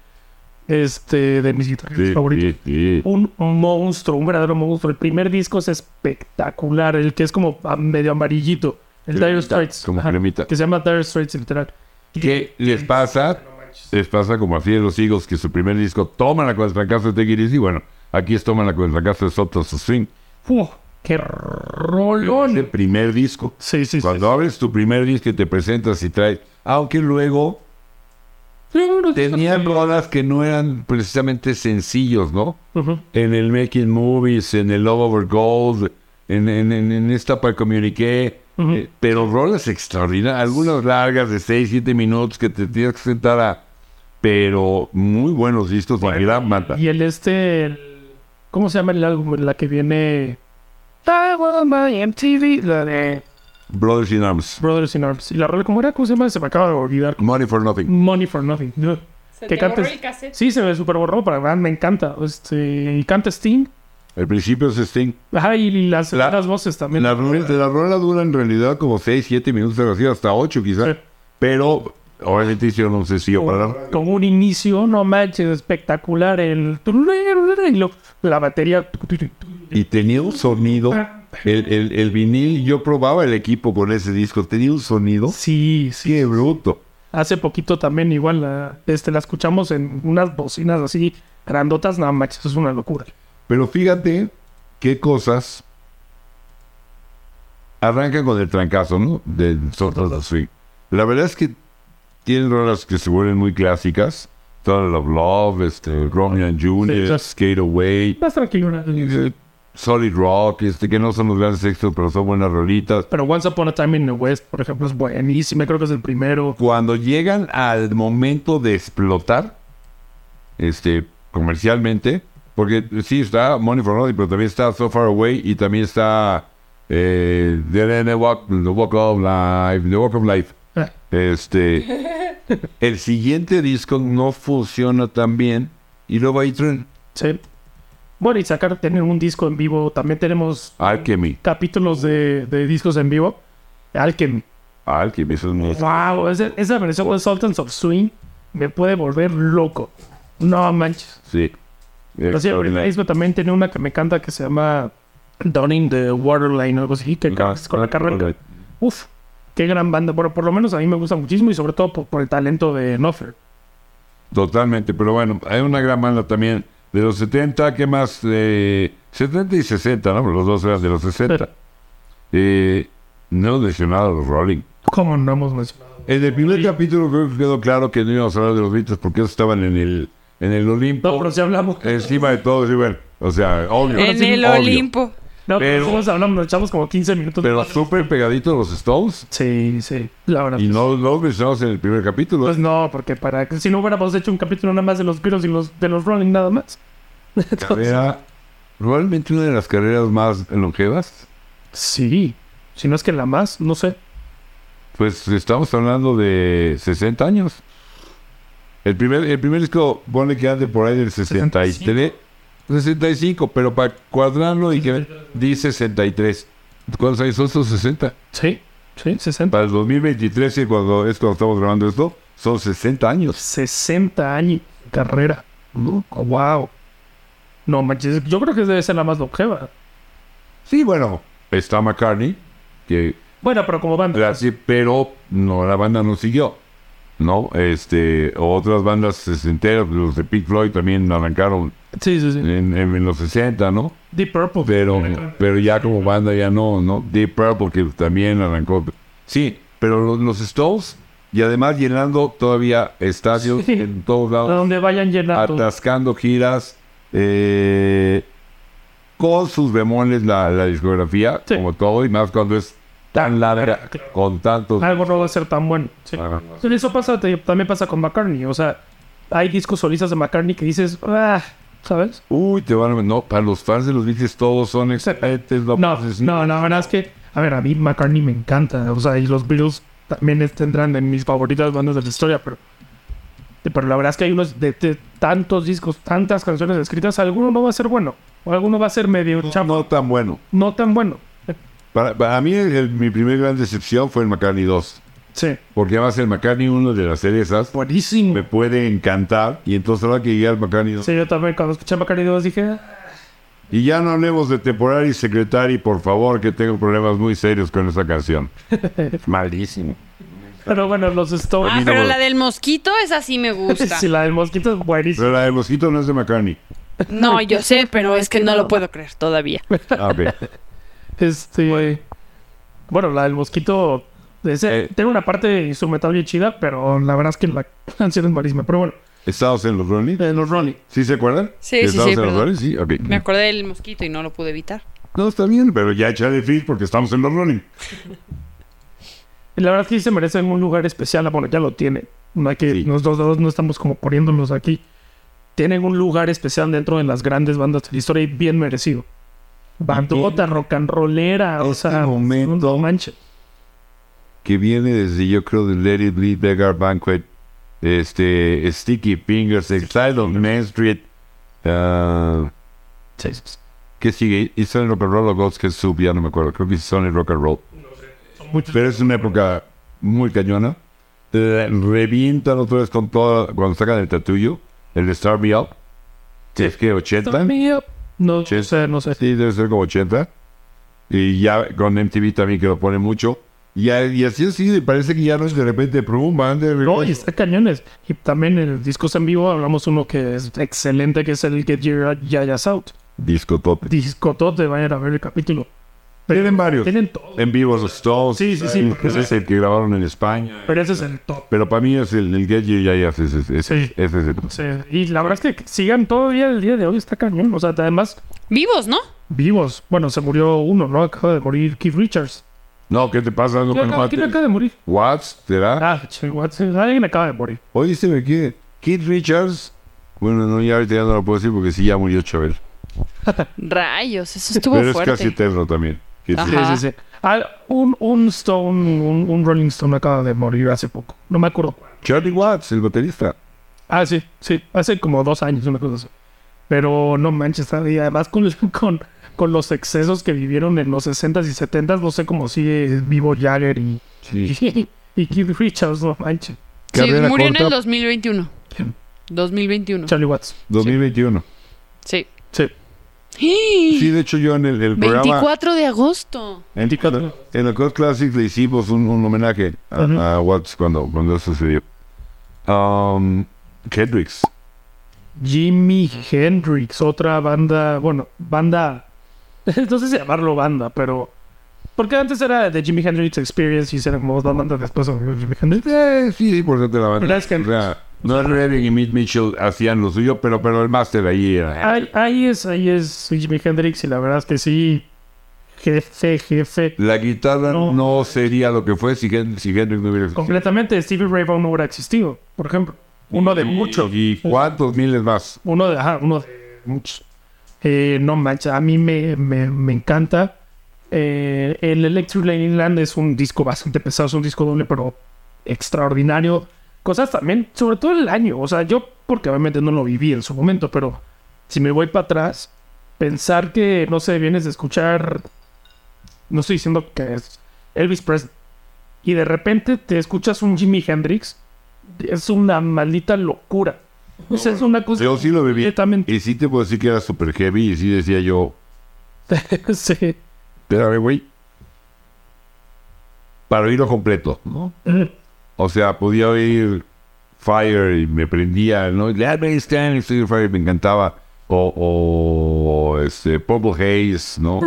Speaker 2: Este, de mis guitarristas
Speaker 1: Sí,
Speaker 2: favoritos.
Speaker 1: sí, sí.
Speaker 2: un monstruo, un verdadero monstruo. El primer disco es espectacular, el que es como a- medio amarillito, el Dire Straits,
Speaker 1: Como
Speaker 2: ajá,
Speaker 1: cremita.
Speaker 2: que se llama Dire Straits literal.
Speaker 1: ¿Qué les pasa? Les pasa como así de los Eagles, que su primer disco, toman la con el fracaso de Take It Easy. Bueno, aquí es toman la con el fracaso de Soft as a Swing.
Speaker 2: ¡Fu! ¡Qué rolón!
Speaker 1: El primer disco.
Speaker 2: Sí, sí, sí.
Speaker 1: Cuando abres tu primer disco y te presentas y traes. Aunque luego tenían rolas que no eran precisamente sencillos, ¿no?
Speaker 2: Ujú.
Speaker 1: En el Making Movies, en el Love Over Gold, en, en, en, en esta para Communiqué.
Speaker 2: Ujú.
Speaker 1: eh, pero rolas extraordinarias, algunas largas de 6, 7 minutos que te tienes que sentar a. Pero muy buenos discos, la gran banda.
Speaker 2: Y el este, el- ¿cómo se llama el álbum? en La que viene. I want my MTV, la de
Speaker 1: Brothers in Arms.
Speaker 2: Brothers in Arms. ¿Y la rola cómo era? ¿Cómo se llama? Se me acaba de olvidar.
Speaker 1: Money for Nothing.
Speaker 2: Money for Nothing. Ugh.
Speaker 3: Se
Speaker 2: Que
Speaker 3: te borró
Speaker 2: cantes-
Speaker 3: el cassette.
Speaker 2: Sí, se me super borró, pero la verdad me encanta. Este, y canta Sting.
Speaker 1: El principio es Sting.
Speaker 2: Ajá, y las,
Speaker 1: La-
Speaker 2: las voces también.
Speaker 1: La, rola- la rola dura en realidad como 6, 7 minutos, algo así, hasta 8 quizás.
Speaker 2: Sí.
Speaker 1: Pero obviamente hicieron un sencillo para la
Speaker 2: Con un inicio, no manches, espectacular. El... y lo- la batería.
Speaker 1: Y tenía un sonido. El, el, el vinil, yo probaba el equipo con ese disco. Tenía un sonido.
Speaker 2: Sí, sí.
Speaker 1: Qué bruto.
Speaker 2: Hace poquito también, igual, la, este, la escuchamos en unas bocinas así grandotas. No manches, es una locura.
Speaker 1: Pero fíjate qué cosas arrancan con el trancazo, ¿no? De Sotas así. La verdad es que tienen rolas que se vuelven muy clásicas. Total of Love, este, Romeo and Juliet,
Speaker 2: exacto.
Speaker 1: Skate Away,
Speaker 2: Más tranquila.
Speaker 1: eh, Solid Rock, este, que no son los grandes éxitos, pero son buenas rolitas.
Speaker 2: Pero Once Upon a Time in the West, por ejemplo, es buenísima. Creo que es el primero.
Speaker 1: Cuando llegan al momento de explotar, este, comercialmente. Porque sí está Money for Nothing, pero también está So Far Away y también está eh, The End of Walk, The Walk of Life, The Walk of Life.
Speaker 2: Ah.
Speaker 1: Este, el siguiente disco no funciona tan bien y luego ahí traen
Speaker 2: Sí. Bueno, y sacar, tener un disco en vivo. También tenemos
Speaker 1: Alchemy.
Speaker 2: capítulos de, de discos en vivo. Alchemy.
Speaker 1: Alchemy, eso es muy-
Speaker 2: Wow, ese- esa versión de Sultans of Swing me puede volver loco. No manches.
Speaker 1: Sí.
Speaker 2: Pero sí,
Speaker 1: Extraordinario.
Speaker 2: Facebook también tiene una que me encanta que se llama Downing the Waterline o algo así. Que
Speaker 1: Ah,
Speaker 2: con la carrera.
Speaker 1: correcto.
Speaker 2: Uf, qué gran banda. Bueno, por lo menos a mí me gusta muchísimo y sobre todo por, por el talento de Noffer.
Speaker 1: Totalmente, pero bueno, hay una gran banda también. De los 70, ¿qué más? Eh, 70 y 60, ¿no? Los dos eran de los 60. Eh, no hemos mencionado a los Rolling.
Speaker 2: ¿Cómo no hemos mencionado?
Speaker 1: En el primer capítulo creo que quedó claro que no íbamos a hablar de los Beatles porque esos estaban en el, en el Olimpo.
Speaker 2: No, pero si hablamos.
Speaker 1: Encima de todos, y bueno, o sea, obvio.
Speaker 3: En el
Speaker 1: obvio.
Speaker 3: Olimpo.
Speaker 2: No, pero,
Speaker 1: pero-
Speaker 2: si nos hablamos, nos echamos como 15 minutos.
Speaker 1: Pero súper pegaditos los Stones.
Speaker 2: Sí, sí, la verdad.
Speaker 1: Y no no los mencionamos en el primer capítulo.
Speaker 2: Pues no, porque para que si no hubiéramos hecho un capítulo nada más de los Beatles y los, de los Rolling nada más. Entonces,
Speaker 1: Era probablemente una de las carreras más longevas.
Speaker 2: sí, si no es que la más, no sé.
Speaker 1: Pues estamos hablando de 60 años. El primer, el primer disco pone que ande por ahí del 63. 65, pero para cuadrarlo y que di 63. ¿Cuántos años son esos 60?
Speaker 2: Sí, sí, 60.
Speaker 1: Para el 2023, que cuando, es cuando estamos grabando esto, son 60 años.
Speaker 2: 60 años de carrera. Wow. No manches, yo creo que debe ser la más longeva.
Speaker 1: Sí, bueno, está McCartney, que
Speaker 2: Bueno, pero como banda.
Speaker 1: la- sí, pero no, la banda no siguió. No, este, otras bandas sesenteras, los de Pink Floyd también arrancaron
Speaker 2: Sí, sí, sí.
Speaker 1: en, en- en los 60, ¿no?
Speaker 2: Deep Purple.
Speaker 1: Pero, pero ya como banda ya no, ¿no? Deep Purple que también arrancó. Sí, pero los, los Stones y además llenando todavía estadios
Speaker 2: Sí.
Speaker 1: en todos
Speaker 2: A
Speaker 1: lados,
Speaker 2: donde vayan llenando.
Speaker 1: atascando giras, eh, con sus bemoles la, la discografía,
Speaker 2: Sí.
Speaker 1: como todo, y más cuando es tan larga, con tantos...
Speaker 2: Algo no va a ser tan bueno. Sí.
Speaker 1: Ah,
Speaker 2: Sí, Eso pasa, te- también pasa con McCartney. O sea, hay discos solistas de McCartney que dices, ah, ¿sabes?
Speaker 1: Uy, te van a... No, para los fans de los Beatles todos son excelentes. No, pues,
Speaker 2: No,
Speaker 1: puedes-
Speaker 2: no, la verdad es que, a ver, a mí McCartney me encanta. O sea, y los Beatles también es- tendrán en mis favoritas bandas de la historia, pero. Pero la verdad es que hay unos de, de tantos discos, tantas canciones escritas, alguno no va a ser bueno, o alguno va a ser medio
Speaker 1: no-
Speaker 2: chafa,
Speaker 1: no tan bueno.
Speaker 2: no tan bueno.
Speaker 1: Para, para mí el- mi primer gran decepción fue el McCartney 2.
Speaker 2: Sí,
Speaker 1: Porque además el McCartney 1 de las series esas
Speaker 2: buenísimo.
Speaker 1: me puede encantar. Y entonces ahora que llegué al McCartney 2.
Speaker 2: Sí, yo también cuando escuché McCartney 2 dije, ah,
Speaker 1: Y ya no hablemos de Temporary Secretary, por favor, que tengo problemas muy serios con esa canción. Malísimo.
Speaker 2: pero bueno, los
Speaker 3: Ah,
Speaker 2: Stones.
Speaker 3: pero la del mosquito, esa sí me gusta.
Speaker 2: Si la del mosquito es buenísima.
Speaker 1: Pero la de Mosquito no es de McCartney.
Speaker 3: No, yo sé, pero es que no lo puedo creer todavía.
Speaker 1: A ver.
Speaker 2: Este. Bueno, la del mosquito. ese-
Speaker 1: Eh.
Speaker 2: tiene una parte instrumental bien chida, pero la verdad es que la canción es malísima. Pero bueno,
Speaker 1: ¿Estados en los Rolling?
Speaker 2: de los Rolling.
Speaker 1: ¿Sí se acuerdan?
Speaker 3: Sí, sí,
Speaker 1: ¿Estados
Speaker 3: sí,
Speaker 1: en los
Speaker 3: perdón.
Speaker 1: Rolling? Sí, ok.
Speaker 3: Me acordé del mosquito y no lo pude evitar.
Speaker 1: No, está bien, pero ya échale feed porque estamos en los Rolling.
Speaker 2: Y La verdad es que sí se merecen un lugar especial. Bueno, ya lo tiene. No hay que.
Speaker 1: Sí.
Speaker 2: Nosotros dos no estamos como poniéndolos aquí. Tienen un lugar especial dentro de las grandes bandas de la historia y bien merecido. Bandota, rock and rollera, o
Speaker 1: Este
Speaker 2: sea,
Speaker 1: momento.
Speaker 2: no manches.
Speaker 1: que viene desde yo creo de Let It Be Beggar Banquet, este, Sticky Fingers, Exile on Main Street, ah,
Speaker 2: Sí, sí, sí.
Speaker 1: ¿qué sigue? ¿Y Sonic Rock and Roll o Ghost que Soup? Ya no me acuerdo, creo que es Sonic Rock and Roll.
Speaker 2: Muchos-
Speaker 1: Pero es una época muy cañona. Te Revientan otra vez con todo, cuando sacan el tatullo, el de Star Me Up. Es que 80.
Speaker 2: No
Speaker 1: Sí.
Speaker 2: sé, no sé.
Speaker 1: Sí, debe ser como 80. Y ya con MTV también que lo pone mucho. Y, a- y así así, parece que ya no es de repente, prum, van de
Speaker 2: No, y está cañones. Y también en discos en vivo hablamos uno que es excelente, que es el Get Your Yayas Out.
Speaker 1: Disco top.
Speaker 2: Discotote, vayan a ver el capítulo.
Speaker 1: Tienen varios.
Speaker 2: Tienen todo.
Speaker 1: En vivo los Stones.
Speaker 2: Sí, sí, sí.
Speaker 1: Ese es el que grabaron en España.
Speaker 2: Pero ese es el top.
Speaker 1: Pero para mí es el, el Get You Ya Ya. Ese, ese, ese,
Speaker 2: Sí.
Speaker 1: ese es el.
Speaker 2: O sea, y la verdad es que sigan todavía el día de hoy, está cañón. O sea, además,
Speaker 3: Vivos, ¿no?
Speaker 2: vivos. Bueno, se murió uno, ¿no? Acaba de morir Keith Richards.
Speaker 1: No, ¿qué te pasa? No,
Speaker 2: ¿Quién
Speaker 1: no,
Speaker 2: acaba, quién
Speaker 1: no,
Speaker 2: acaba Ah. de morir?
Speaker 1: Watts, ¿será? este
Speaker 2: Ah, chingada, alguien acaba de morir.
Speaker 1: Oye, se me que Keith Richards Bueno, no, ya ahorita ya no lo puedo decir porque sí ya murió Chabel.
Speaker 3: Rayos, eso estuvo
Speaker 1: Pero es
Speaker 3: fuerte.
Speaker 1: casi eterno también. Que sí.
Speaker 3: Ajá.
Speaker 2: Sí, sí, sí. Ah, un, un Stone, un, un Rolling Stone acaba de morir hace poco. No me acuerdo. cuál.
Speaker 1: Charlie Watts, el baterista.
Speaker 2: Ah, sí, sí. Hace como dos años, una cosa así. Pero no manches, ¿sabes? y además con, con, con los excesos que vivieron en los 60s y 70s, no sé cómo sigue vivo Jagger y, y, Keith Richards, no manches.
Speaker 3: Sí,
Speaker 1: Carrera
Speaker 3: murió en el
Speaker 1: corta,
Speaker 3: 2021. 2021.
Speaker 2: Charlie Watts.
Speaker 1: 2021.
Speaker 3: Sí.
Speaker 2: Sí.
Speaker 1: Sí, de hecho yo en el, el programa...
Speaker 3: 24 de agosto.
Speaker 1: En, en el Code Classics le hicimos un, un homenaje a,
Speaker 2: Ujú.
Speaker 1: a Watts cuando, cuando eso sucedió. Um, Hendrix.
Speaker 2: Jimi Hendrix, otra banda, bueno, banda, no sé si llamarlo banda, pero... Porque antes era de Jimi Hendrix Experience y eran como dos bandas después de Jimi Hendrix.
Speaker 1: Eh, sí, sí, por cierto, la banda.
Speaker 2: Pero es que-
Speaker 1: O sea, no Redding y Mitch Mitchell hacían lo suyo, pero, pero el máster ahí era...
Speaker 2: Ahí, ahí es, ahí es Jimi Hendrix y la verdad es que sí, jefe, jefe.
Speaker 1: La guitarra no,
Speaker 2: No.
Speaker 1: sería lo que fue si, Hen- si Hendrix no hubiera
Speaker 2: Completamente Stevie Ray Vaughan no hubiera existido, por ejemplo. Uno de
Speaker 1: Y-
Speaker 2: muchos.
Speaker 1: ¿Y cuántos miles más?
Speaker 2: Uno de, ajá, uno de muchos. Eh, no mancha, a mí me, me, me encanta. Eh, el Electric Ladyland es un disco bastante pesado, es un disco doble, pero extraordinario. Cosas también, sobre todo el año. O sea, yo, porque obviamente no lo viví en su momento, pero si me voy para atrás, pensar que, no sé, vienes de escuchar. No estoy diciendo que es Elvis Presley. Y de repente te escuchas un Jimi Hendrix. Es una maldita locura. O sea, es una cosa.
Speaker 1: Yo sí lo viví.
Speaker 2: Completamente.
Speaker 1: Y sí te puedo decir que era super heavy y sí decía yo,
Speaker 2: sí.
Speaker 1: espérame, güey. Para oírlo completo, ¿no? O sea, podía oír Fire y me prendía, ¿no? este Let me stand y Studio Fire me encantaba. O, o este, Purple Haze, ¿no?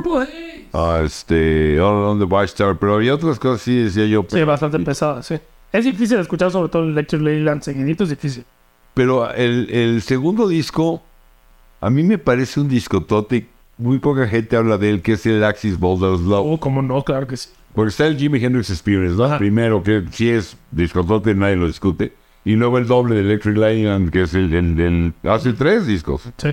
Speaker 1: Ah, este, All on the White Star, pero había otras cosas, sí decía yo.
Speaker 2: Sí, bastante pesada, sí. Es difícil escuchar, sobre todo el Electric Ladyland seguidito, es difícil.
Speaker 1: Pero el, el segundo disco, a mí me parece un discotote. Muy poca gente habla de él, que es el Axis Boulders Love.
Speaker 2: Oh, como no, claro que sí.
Speaker 1: Porque está el Jimi Hendrix Experience, ¿no?
Speaker 2: Ajá.
Speaker 1: Primero, que sí es discotote, nadie lo discute. Y luego el doble de Electric Lightning, que es el, el, el- Hace tres discos.
Speaker 2: Sí.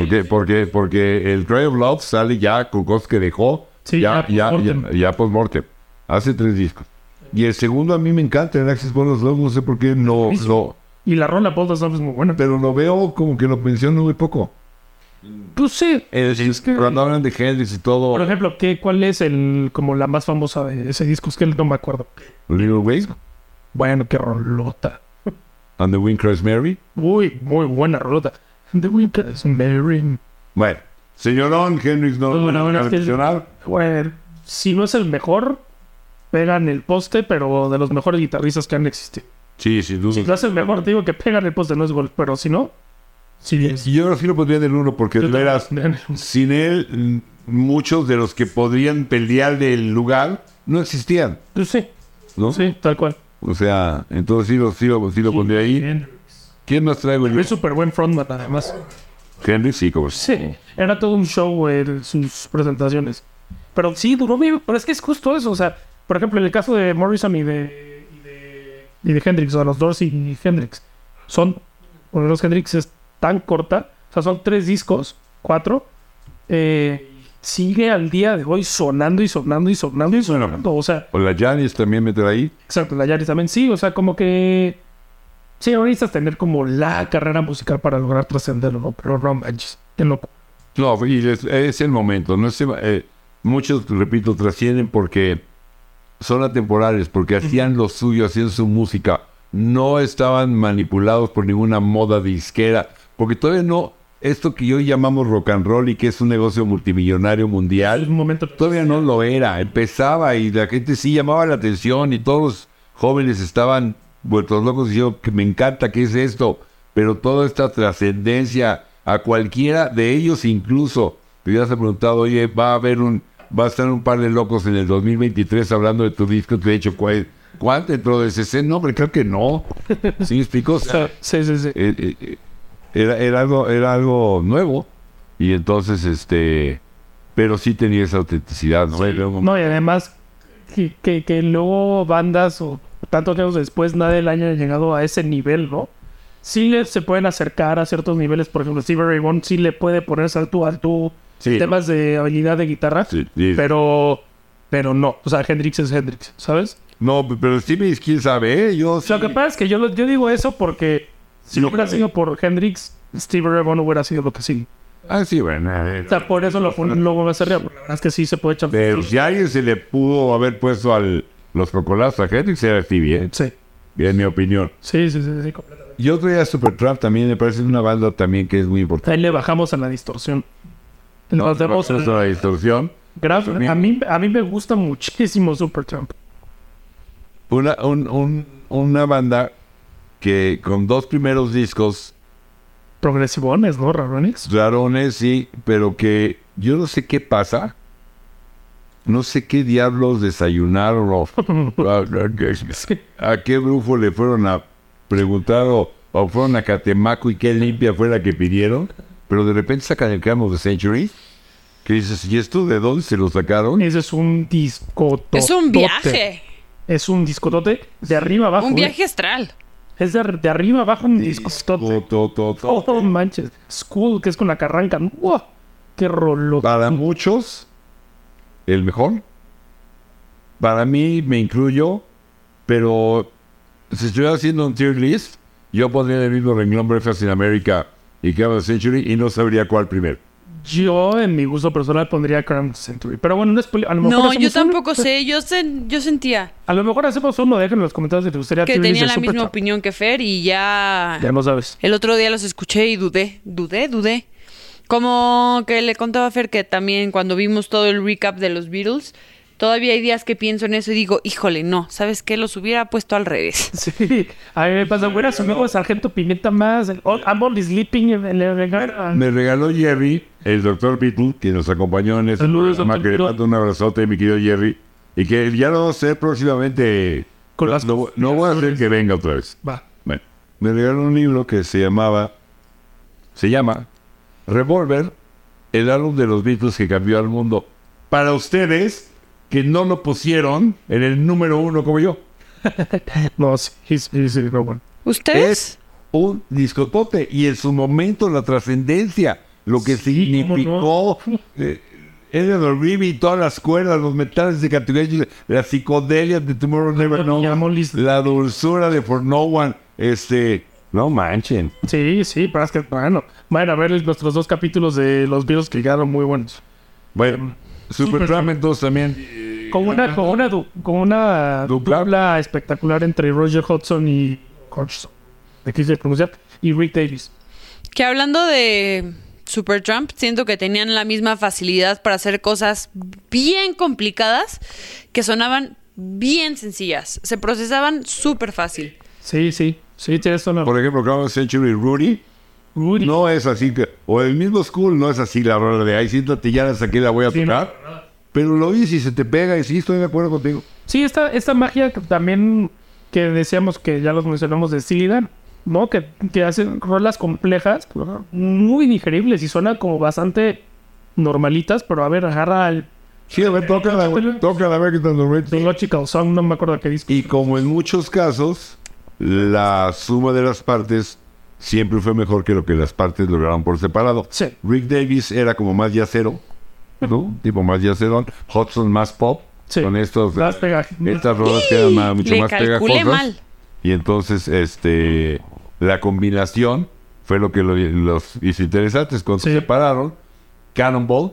Speaker 1: ¿Por qué? Porque, porque el Cry of Love sale ya con cosas que dejó.
Speaker 2: Sí,
Speaker 1: ya, ya, ya,
Speaker 2: ya post-mortem.
Speaker 1: ya post-mortem. Hace tres discos. Y el segundo a mí me encanta, el Axis Boulders Love. No sé por qué no, no,
Speaker 2: Y la rola Bold Stomp es muy buena.
Speaker 1: pero lo veo como que lo menciono muy poco.
Speaker 2: Pues sí.
Speaker 1: Es que cuando hablan de Hendrix y todo,
Speaker 2: Por ejemplo, ¿qué, ¿cuál es el como la más famosa de ese disco? Es que no me acuerdo.
Speaker 1: Little Wayne
Speaker 2: Bueno, qué rolota.
Speaker 1: and the Wind Cries Mary.
Speaker 2: Uy, muy buena rolota. The Winter is Mary.
Speaker 1: Bueno, señorón, Hendrix no
Speaker 2: Bueno, bueno,
Speaker 1: no
Speaker 2: es que-
Speaker 1: mencionar.
Speaker 2: Bueno, si no es el mejor, pegan el poste, pero de los mejores guitarristas que han existido.
Speaker 1: Sí, sin duda.
Speaker 2: Si lo hacen mejor, te digo que pegan el poste, no es gol, pero si no, sí es.
Speaker 1: Yo ahora sí lo pondría en el uno porque de
Speaker 2: Yo
Speaker 1: veras,
Speaker 2: también.
Speaker 1: sin él, mm, muchos de los que podrían pelear del lugar no existían,
Speaker 2: Pues sí,
Speaker 1: ¿no?
Speaker 2: sí, tal cual.
Speaker 1: O sea, entonces sí lo, sí lo, sí lo pondría ahí.
Speaker 2: Hendrix.
Speaker 1: ¿Quién nos trae el
Speaker 2: Es súper buen frontman, además.
Speaker 1: Hendrix? Sí, como
Speaker 2: Sí, era todo un show eh, sus presentaciones. Pero sí, duró bien, pero es que es justo eso. O sea, por ejemplo, en el caso de Morrison y de, y de, y de Hendrix, o los Doors y Hendrix, son, uno de los Hendrix es tan corta, o sea, son tres discos, cuatro, eh, sigue al día de hoy sonando y sonando y sonando y
Speaker 1: bueno.
Speaker 2: sonando. O sea,
Speaker 1: O la Janis también me trae ahí.
Speaker 2: Exacto, la Yaris también sí, o sea, como que sí, no necesitas tener como la carrera musical para lograr trascenderlo, ¿no? Pero no manches, qué loco.
Speaker 1: No, y es, es el momento. No se va- eh, muchos, repito, trascienden porque son atemporales, porque hacían lo suyo, hacían su música. No estaban manipulados por ninguna moda disquera, porque todavía no, esto que hoy llamamos rock and roll y que es un negocio multimillonario
Speaker 2: Es
Speaker 1: mundial,
Speaker 2: un momento
Speaker 1: todavía no lo era. Empezaba y la gente sí llamaba la atención y todos los jóvenes estaban vueltos locos y yo, que me encanta, ¿qué es esto? Pero toda esta trascendencia a cualquiera de ellos incluso, te hubieras preguntado, oye, va a haber un, va a estar un par de locos en el 2023 hablando de tu disco, te he dicho, ¿cuál? ¿Cuánto entró de 60? No, hombre, creo que no. ¿Sí me explico? O
Speaker 2: O
Speaker 1: sea,
Speaker 2: sea, sí, sí, sí.
Speaker 1: eh, eh, eh, era, era algo, era algo nuevo. Y entonces, este, pero sí tenía esa autenticidad, ¿no? Era un-
Speaker 2: No, y además que, que, que luego bandas o tantos años después nadie le haya llegado a ese nivel, ¿no? sí le- se pueden acercar a ciertos niveles. Por ejemplo, Steve Ray Vaughan sí le puede ponerse al tú al tú
Speaker 1: Sí.
Speaker 2: temas de habilidad de guitarra,
Speaker 1: Sí, sí.
Speaker 2: pero pero no. O sea, Hendrix es Hendrix, ¿sabes?
Speaker 1: No, pero Stevie, quién sabe, ¿eh? yo sí.
Speaker 2: Lo que pasa es que yo, lo- yo digo eso porque si
Speaker 1: Lo
Speaker 2: no hubiera
Speaker 1: que-
Speaker 2: sido por Hendrix, Steve Ray Vaughan hubiera sido lo que sí.
Speaker 1: Ah, sí, bueno. a ver.
Speaker 2: O sea, por eso lo, pon- lo voy a hacer real, porque La verdad es que sí se puede echar.
Speaker 1: Pero si alguien se le pudo haber puesto al los cocolazos a Hendrix era Stevie, ¿eh?
Speaker 2: Sí,
Speaker 1: en mi opinión.
Speaker 2: sí, sí, sí, sí, completamente.
Speaker 1: Y otro día Supertramp también me parece una banda también que es muy importante.
Speaker 2: Ahí le bajamos a la distorsión. Nos vemos
Speaker 1: Eso es la distorsión.
Speaker 2: Graf- a, mí, a mí me gusta muchísimo Supertramp.
Speaker 1: Una, un- un- una banda que con dos primeros discos,
Speaker 2: Progresivones, ¿no, Rarones?
Speaker 1: rarones, sí, pero que yo no sé qué pasa. No sé qué diablos desayunaron o a qué brufo le fueron a preguntar o, o fueron a Catemaco y qué limpia fue la que pidieron. Pero de repente sacan el Camel de Century. Que dices, ¿y esto de dónde se lo sacaron?
Speaker 2: Ese es un discotote.
Speaker 3: Es un viaje.
Speaker 2: Es un discotote de arriba abajo.
Speaker 3: Un
Speaker 2: güey.
Speaker 3: viaje astral.
Speaker 2: Es de, de arriba abajo un discotote.
Speaker 1: Totototo.
Speaker 2: Oh, no manches. School, que es con la que arrancan. ¡Wow! ¡Qué rollo!
Speaker 1: Para muchos, el mejor. Para mí, me incluyo, pero si estuviera haciendo un tier list, yo pondría el mismo renglón Breakfast in America y Camel of the Century y no sabría cuál primero.
Speaker 2: Yo, en mi gusto personal, pondría Cramp Century. Pero bueno, no es poli- a lo mejor
Speaker 3: No,
Speaker 2: hacemos
Speaker 3: yo
Speaker 2: uno.
Speaker 3: tampoco sé. Yo, sen- yo sentía
Speaker 2: A lo mejor hacemos uno. Déjenme en los comentarios si te gustaría
Speaker 3: que
Speaker 2: tier list
Speaker 3: tenía
Speaker 2: de
Speaker 3: la misma
Speaker 2: Supertramp.
Speaker 3: opinión que Fer y ya...
Speaker 2: Ya no sabes.
Speaker 3: El otro día los escuché y dudé, dudé, dudé. Como que le contaba a Fer que también cuando vimos todo el recap de los Beatles, todavía hay días que pienso en eso y digo, híjole, no, ¿sabes qué? Los hubiera puesto al revés.
Speaker 2: Sí, a mí me pasa, hubiera subido a Sargento Pimienta más. el- oh, I'm only sleeping en el ah. regalo.
Speaker 1: Me regaló Jerry, el doctor Beatle, que nos acompañó en este
Speaker 2: Saludos,
Speaker 1: programa,
Speaker 2: Dr.
Speaker 1: que le
Speaker 2: Beatle.
Speaker 1: mando un abrazote, mi querido Jerry, y que ya lo sé próximamente.
Speaker 2: Con las-
Speaker 1: no, no voy a hacer que venga otra vez.
Speaker 2: Va.
Speaker 1: Bueno, me regaló un libro que se llamaba, se llama Revolver, el álbum de los Beatles que cambió al mundo. Para ustedes que no lo pusieron en el número uno como yo.
Speaker 2: No, sí, sí, sí, sí, no, bueno.
Speaker 3: ¿Ustedes?
Speaker 1: Es un discotote y en su momento la trascendencia, lo que
Speaker 2: Sí, cómo
Speaker 1: significó eh, Eleanor Rigby y todas las cuerdas, los metales de Categoría, la psicodelia de Tomorrow Never Knows,
Speaker 2: Ya, Molly's-
Speaker 1: la dulzura de For No One, este, no manchen.
Speaker 2: Sí, sí, pero es que, bueno, vayan a ver el- nuestros dos capítulos de los videos que quedaron muy buenos.
Speaker 1: Bueno, Supertramp entonces también.
Speaker 2: Con una, con una, du- con una
Speaker 1: ¿Dupla?
Speaker 2: dupla espectacular entre Roger Hodgson y Hodgson, difícil de pronunciar, y Rick Davis.
Speaker 3: Que hablando de Supertramp, siento que tenían la misma facilidad para hacer cosas bien complicadas que sonaban bien sencillas. Se procesaban súper fácil.
Speaker 2: Sí, sí, sí, tienes una.
Speaker 1: Por ejemplo, Crown Century Rudy.
Speaker 2: Rudy.
Speaker 1: No es así que. O el mismo School no es así la rola de ahí, siéntate ya hasta aquí la voy a
Speaker 2: Sí, no,
Speaker 1: tocar. Pero lo hice y se te pega y sí, estoy de acuerdo contigo.
Speaker 2: Sí, esta, esta magia que también que decíamos que ya los mencionamos de Sillidan, ¿no? Que, que hacen rolas complejas, muy digeribles y suenan como bastante normalitas, pero a ver, agarra el
Speaker 1: Sí, a ver, toca la toca la ver que te lo meto.
Speaker 2: The Logical Song, no me acuerdo qué disco.
Speaker 1: Y como en muchos casos, la suma de las partes siempre fue mejor que lo que las partes lograron por separado.
Speaker 2: Sí.
Speaker 1: Rick Davis era como más yacero, ¿no? Tipo más yacerón. Hudson más pop.
Speaker 2: Sí.
Speaker 1: Con estos.
Speaker 2: Las pega-
Speaker 1: Estas rolas quedan ma- mucho
Speaker 3: Le
Speaker 1: más
Speaker 3: calculé
Speaker 1: pegajosas.
Speaker 3: mal.
Speaker 1: Y entonces, este, la combinación fue lo que lo- los hizo interesantes. Cuando
Speaker 2: Sí.
Speaker 1: se separaron, Cannonball,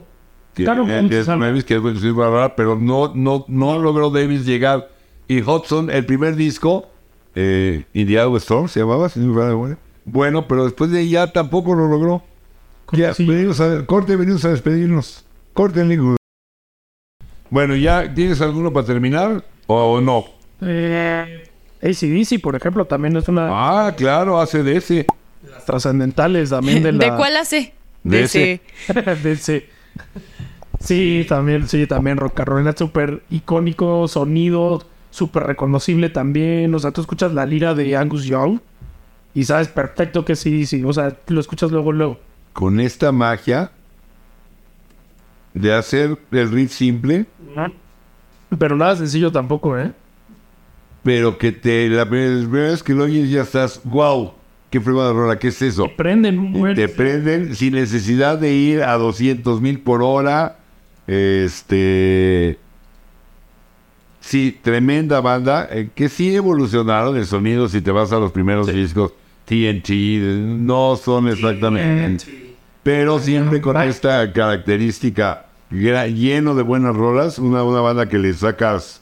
Speaker 1: que,
Speaker 2: Cannonball,
Speaker 1: eh, que es
Speaker 2: sí.
Speaker 1: Mavis, que es bueno, sí, bla, bla, bla, pero no, no, no logró Davis llegar. Y Hudson, el primer disco, eh, In the Eye of the Storm, se llamaba, si no me falla la memoria. Bueno, pero después de ahí ya tampoco lo logró. Ya,
Speaker 2: Sí.
Speaker 1: venimos a- corte, venimos a despedirnos. Corte, Lingo. Bueno, ya, ¿tienes alguno para terminar? ¿O no?
Speaker 2: Eh, ACDC, por ejemplo, también es una
Speaker 1: Ah, claro, hace de ese.
Speaker 2: de las trascendentales también de
Speaker 3: ¿De,
Speaker 2: la...
Speaker 3: cuál hace?
Speaker 1: De ese.
Speaker 2: De ese- Sí, también, sí, también Rock and Roll, era súper icónico, sonido súper reconocible también. O sea, tú escuchas la lira de Angus Young y sabes perfecto que sí, sí. O sea, lo escuchas luego, luego.
Speaker 1: Con esta magia de hacer el riff simple,
Speaker 2: Pero nada sencillo tampoco, ¿eh?
Speaker 1: pero que te la primera vez que lo oyes ya estás, wow, qué fregada rola, ¿qué es eso?
Speaker 2: Te prenden un buen-
Speaker 1: Te prenden sin necesidad de ir a 200 mil por hora. Este. Sí, tremenda banda eh, que sí evolucionaron el sonido. Si te vas a los primeros discos, TNT, eh, no son exactamente. Pero siempre con
Speaker 2: Bye.
Speaker 1: esta característica gra- lleno de buenas rolas. Una, una banda que le sacas.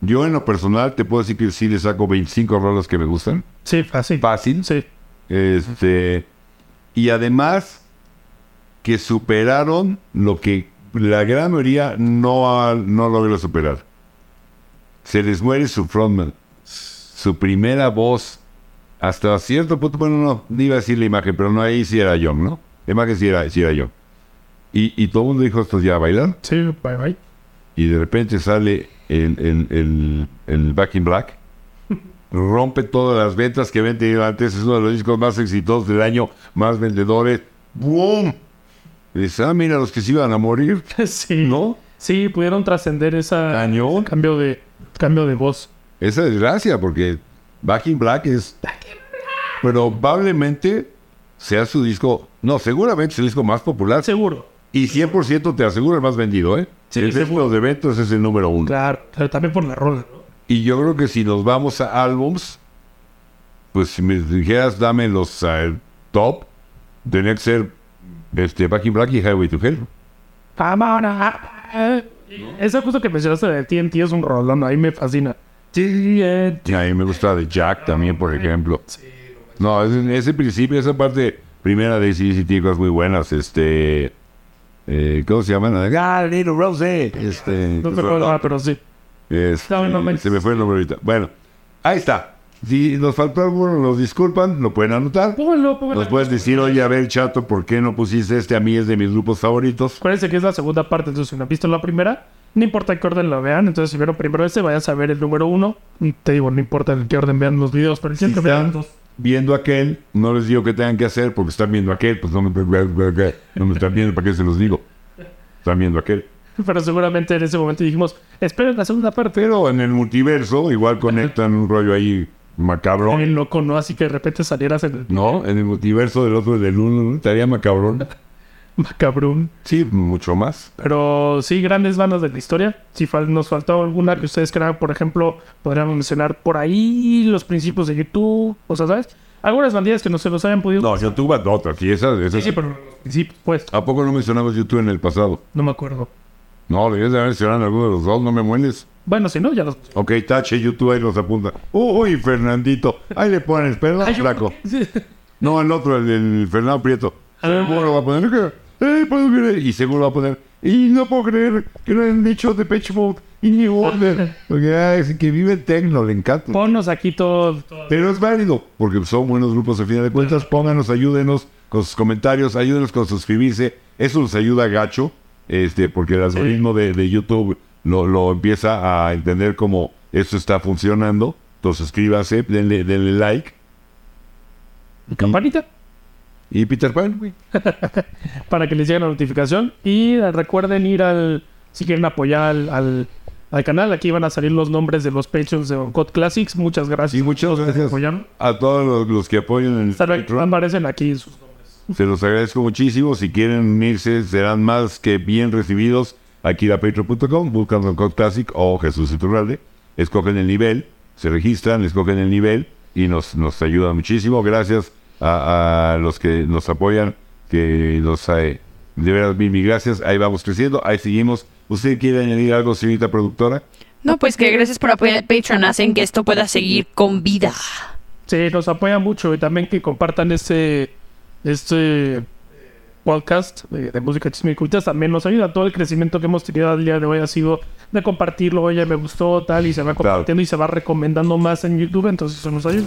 Speaker 1: Yo en lo personal te puedo decir que sí le saco 25 rolas que me gustan.
Speaker 2: Sí, fácil.
Speaker 1: Fácil.
Speaker 2: Sí.
Speaker 1: Este, y además que superaron lo que la gran mayoría no, ha- no logró superar. Se les muere su frontman, su primera voz. Hasta cierto punto, bueno, no, no iba a decir la imagen, pero no ahí sí era yo, ¿no? La imagen sí era, sí era yo. Y, y todo el mundo dijo, estos ya a bailar.
Speaker 2: Sí, bye bye.
Speaker 1: Y de repente sale el, el, el, el Back in Black. Rompe todas las ventas que habían tenido antes. Es uno de los discos más exitosos del año, más vendedores. ¡Boom! Y Dices, ah, mira, los que se iban a morir.
Speaker 2: Sí.
Speaker 1: ¿No?
Speaker 2: Sí, pudieron trascender esa
Speaker 1: Cañón.
Speaker 2: cambio de cambio de voz.
Speaker 1: Esa desgracia, porque Back in Black es. Probablemente sea su disco. No, seguramente es el disco más popular.
Speaker 2: Seguro.
Speaker 1: Y 100% te aseguro el más vendido, ¿eh?
Speaker 2: Sí,
Speaker 1: el
Speaker 2: seguro.
Speaker 1: de eventos es el número uno.
Speaker 2: Claro, pero también por la rola, ¿no?
Speaker 1: Y yo creo que si nos vamos a álbums, pues si me dijeras dame los eh, top, tenía que ser este, Back in Black y Highway to Hell.
Speaker 2: Come on, ah, ah. Ese justo que mencionaste de TNT es un rolón, ahí me fascina. TNT.
Speaker 1: Y a mí me gusta de Jack también, por ejemplo. No, ese, ese principio, esa parte primera de CCT, cosas muy buenas. Este, eh, ¿Cómo se llaman? Ah, Little Rose. Este,
Speaker 2: No me acuerdo, ah, pero sí.
Speaker 1: Este,
Speaker 2: No, no manches.
Speaker 1: se me fue el nombre ahorita. Bueno, ahí está. Si nos faltó alguno, nos disculpan, lo pueden anotar.
Speaker 2: Póngalo, póngalo.
Speaker 1: Nos puedes decir, oye, a ver, chato, ¿por qué no pusiste este? A mí es de mis grupos favoritos.
Speaker 2: Acuérdense que es la segunda parte, entonces si no han visto la primera, no importa en qué orden la vean, entonces si vieron primero ese, vayan a ver el número uno. Y Te digo, no importa en qué orden vean los videos, pero siempre
Speaker 1: Si
Speaker 2: vean
Speaker 1: están
Speaker 2: dos.
Speaker 1: viendo aquel, no les digo qué tengan que hacer porque están viendo aquel, pues no me, no me están viendo, ¿para qué se los digo? Están viendo aquel.
Speaker 2: Pero seguramente en ese momento dijimos, esperen la segunda parte.
Speaker 1: Pero en el multiverso, igual conectan un rollo ahí macabro.
Speaker 2: Bien loco, ¿no? Así que de repente salieras en el
Speaker 1: ¿No? En el multiverso del otro del uno, ¿no? estaría macabrón.
Speaker 2: macabrón.
Speaker 1: Sí, mucho más.
Speaker 2: Pero sí, grandes bandas de la historia. Si fal- nos faltó alguna que ustedes crean, por ejemplo, podríamos mencionar por ahí los principios de YouTube, o sea, ¿sabes? Algunas bandillas que no se los hayan podido.
Speaker 1: No, YouTube a otras. Y esas, esas.
Speaker 2: Sí, pero los principios, pues,
Speaker 1: ¿A poco no mencionamos YouTube en el pasado?
Speaker 2: no me acuerdo.
Speaker 1: No, debías de haber mencionado alguno de los dos, no me mueles.
Speaker 2: Bueno, si no, ya los.
Speaker 1: Ok, tache, YouTube ahí los apunta. Uy, Fernandito. Ahí le pones, perdón,
Speaker 2: Ay, yo-
Speaker 1: flaco.
Speaker 2: Sí.
Speaker 1: No, el otro, el, el Fernando Prieto.
Speaker 2: A ver.
Speaker 1: Seguro va a poner. ¿qué? Eh, puedo creer. Y seguro va a poner. Y no puedo creer que no han dicho de Pitch Mode y New Order. Porque ah, es que vive el techno, le encanta.
Speaker 2: Ponnos aquí todo. todo.
Speaker 1: Pero es válido, porque son buenos grupos a final de cuentas. Pónganos, ayúdenos con sus comentarios, ayúdenos con suscribirse. Eso nos ayuda gacho, este, porque el algoritmo de, de YouTube lo, lo empieza a entender como esto está funcionando. Entonces suscríbase, denle, denle like.
Speaker 2: Campanita
Speaker 1: Y Peter Pan, güey.
Speaker 2: para que les llegue la notificación. Y recuerden ir al. Si quieren apoyar al, al, al canal, aquí van a salir los nombres de los patrons de Oncot Classics. Muchas
Speaker 1: Sí,
Speaker 2: gracias
Speaker 1: muchas
Speaker 2: por
Speaker 1: gracias
Speaker 2: apoyarnos.
Speaker 1: a todos los, los que apoyan en el
Speaker 2: Tal vez
Speaker 1: Patreon.
Speaker 2: Aparecen aquí sus
Speaker 1: Se los agradezco muchísimo. Si quieren unirse, serán más que bien recibidos. Aquí a patreon.com, buscan Don Cod Classic o Jesús Iturralde. Escogen el nivel, se registran, escogen el nivel y nos, nos ayuda muchísimo. Gracias a, a los que nos apoyan, que nos eh, de veras mil, mil gracias. Ahí vamos creciendo, ahí seguimos. ¿Usted quiere añadir algo, señorita productora?
Speaker 3: No, pues que gracias por apoyar el Patreon. Hacen que esto pueda seguir con vida.
Speaker 2: Sí, nos apoya mucho y también que compartan este, este podcast de, de música chisme y cultas también nos ayuda. Todo el crecimiento que hemos tenido al día de hoy ha sido de compartirlo, oye, me gustó, tal, y se va
Speaker 1: Claro.
Speaker 2: compartiendo y se va recomendando más en YouTube, entonces eso nos ayuda.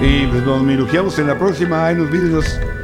Speaker 1: Y pues, nos mirujeamos en la próxima. Ahí nos vemos.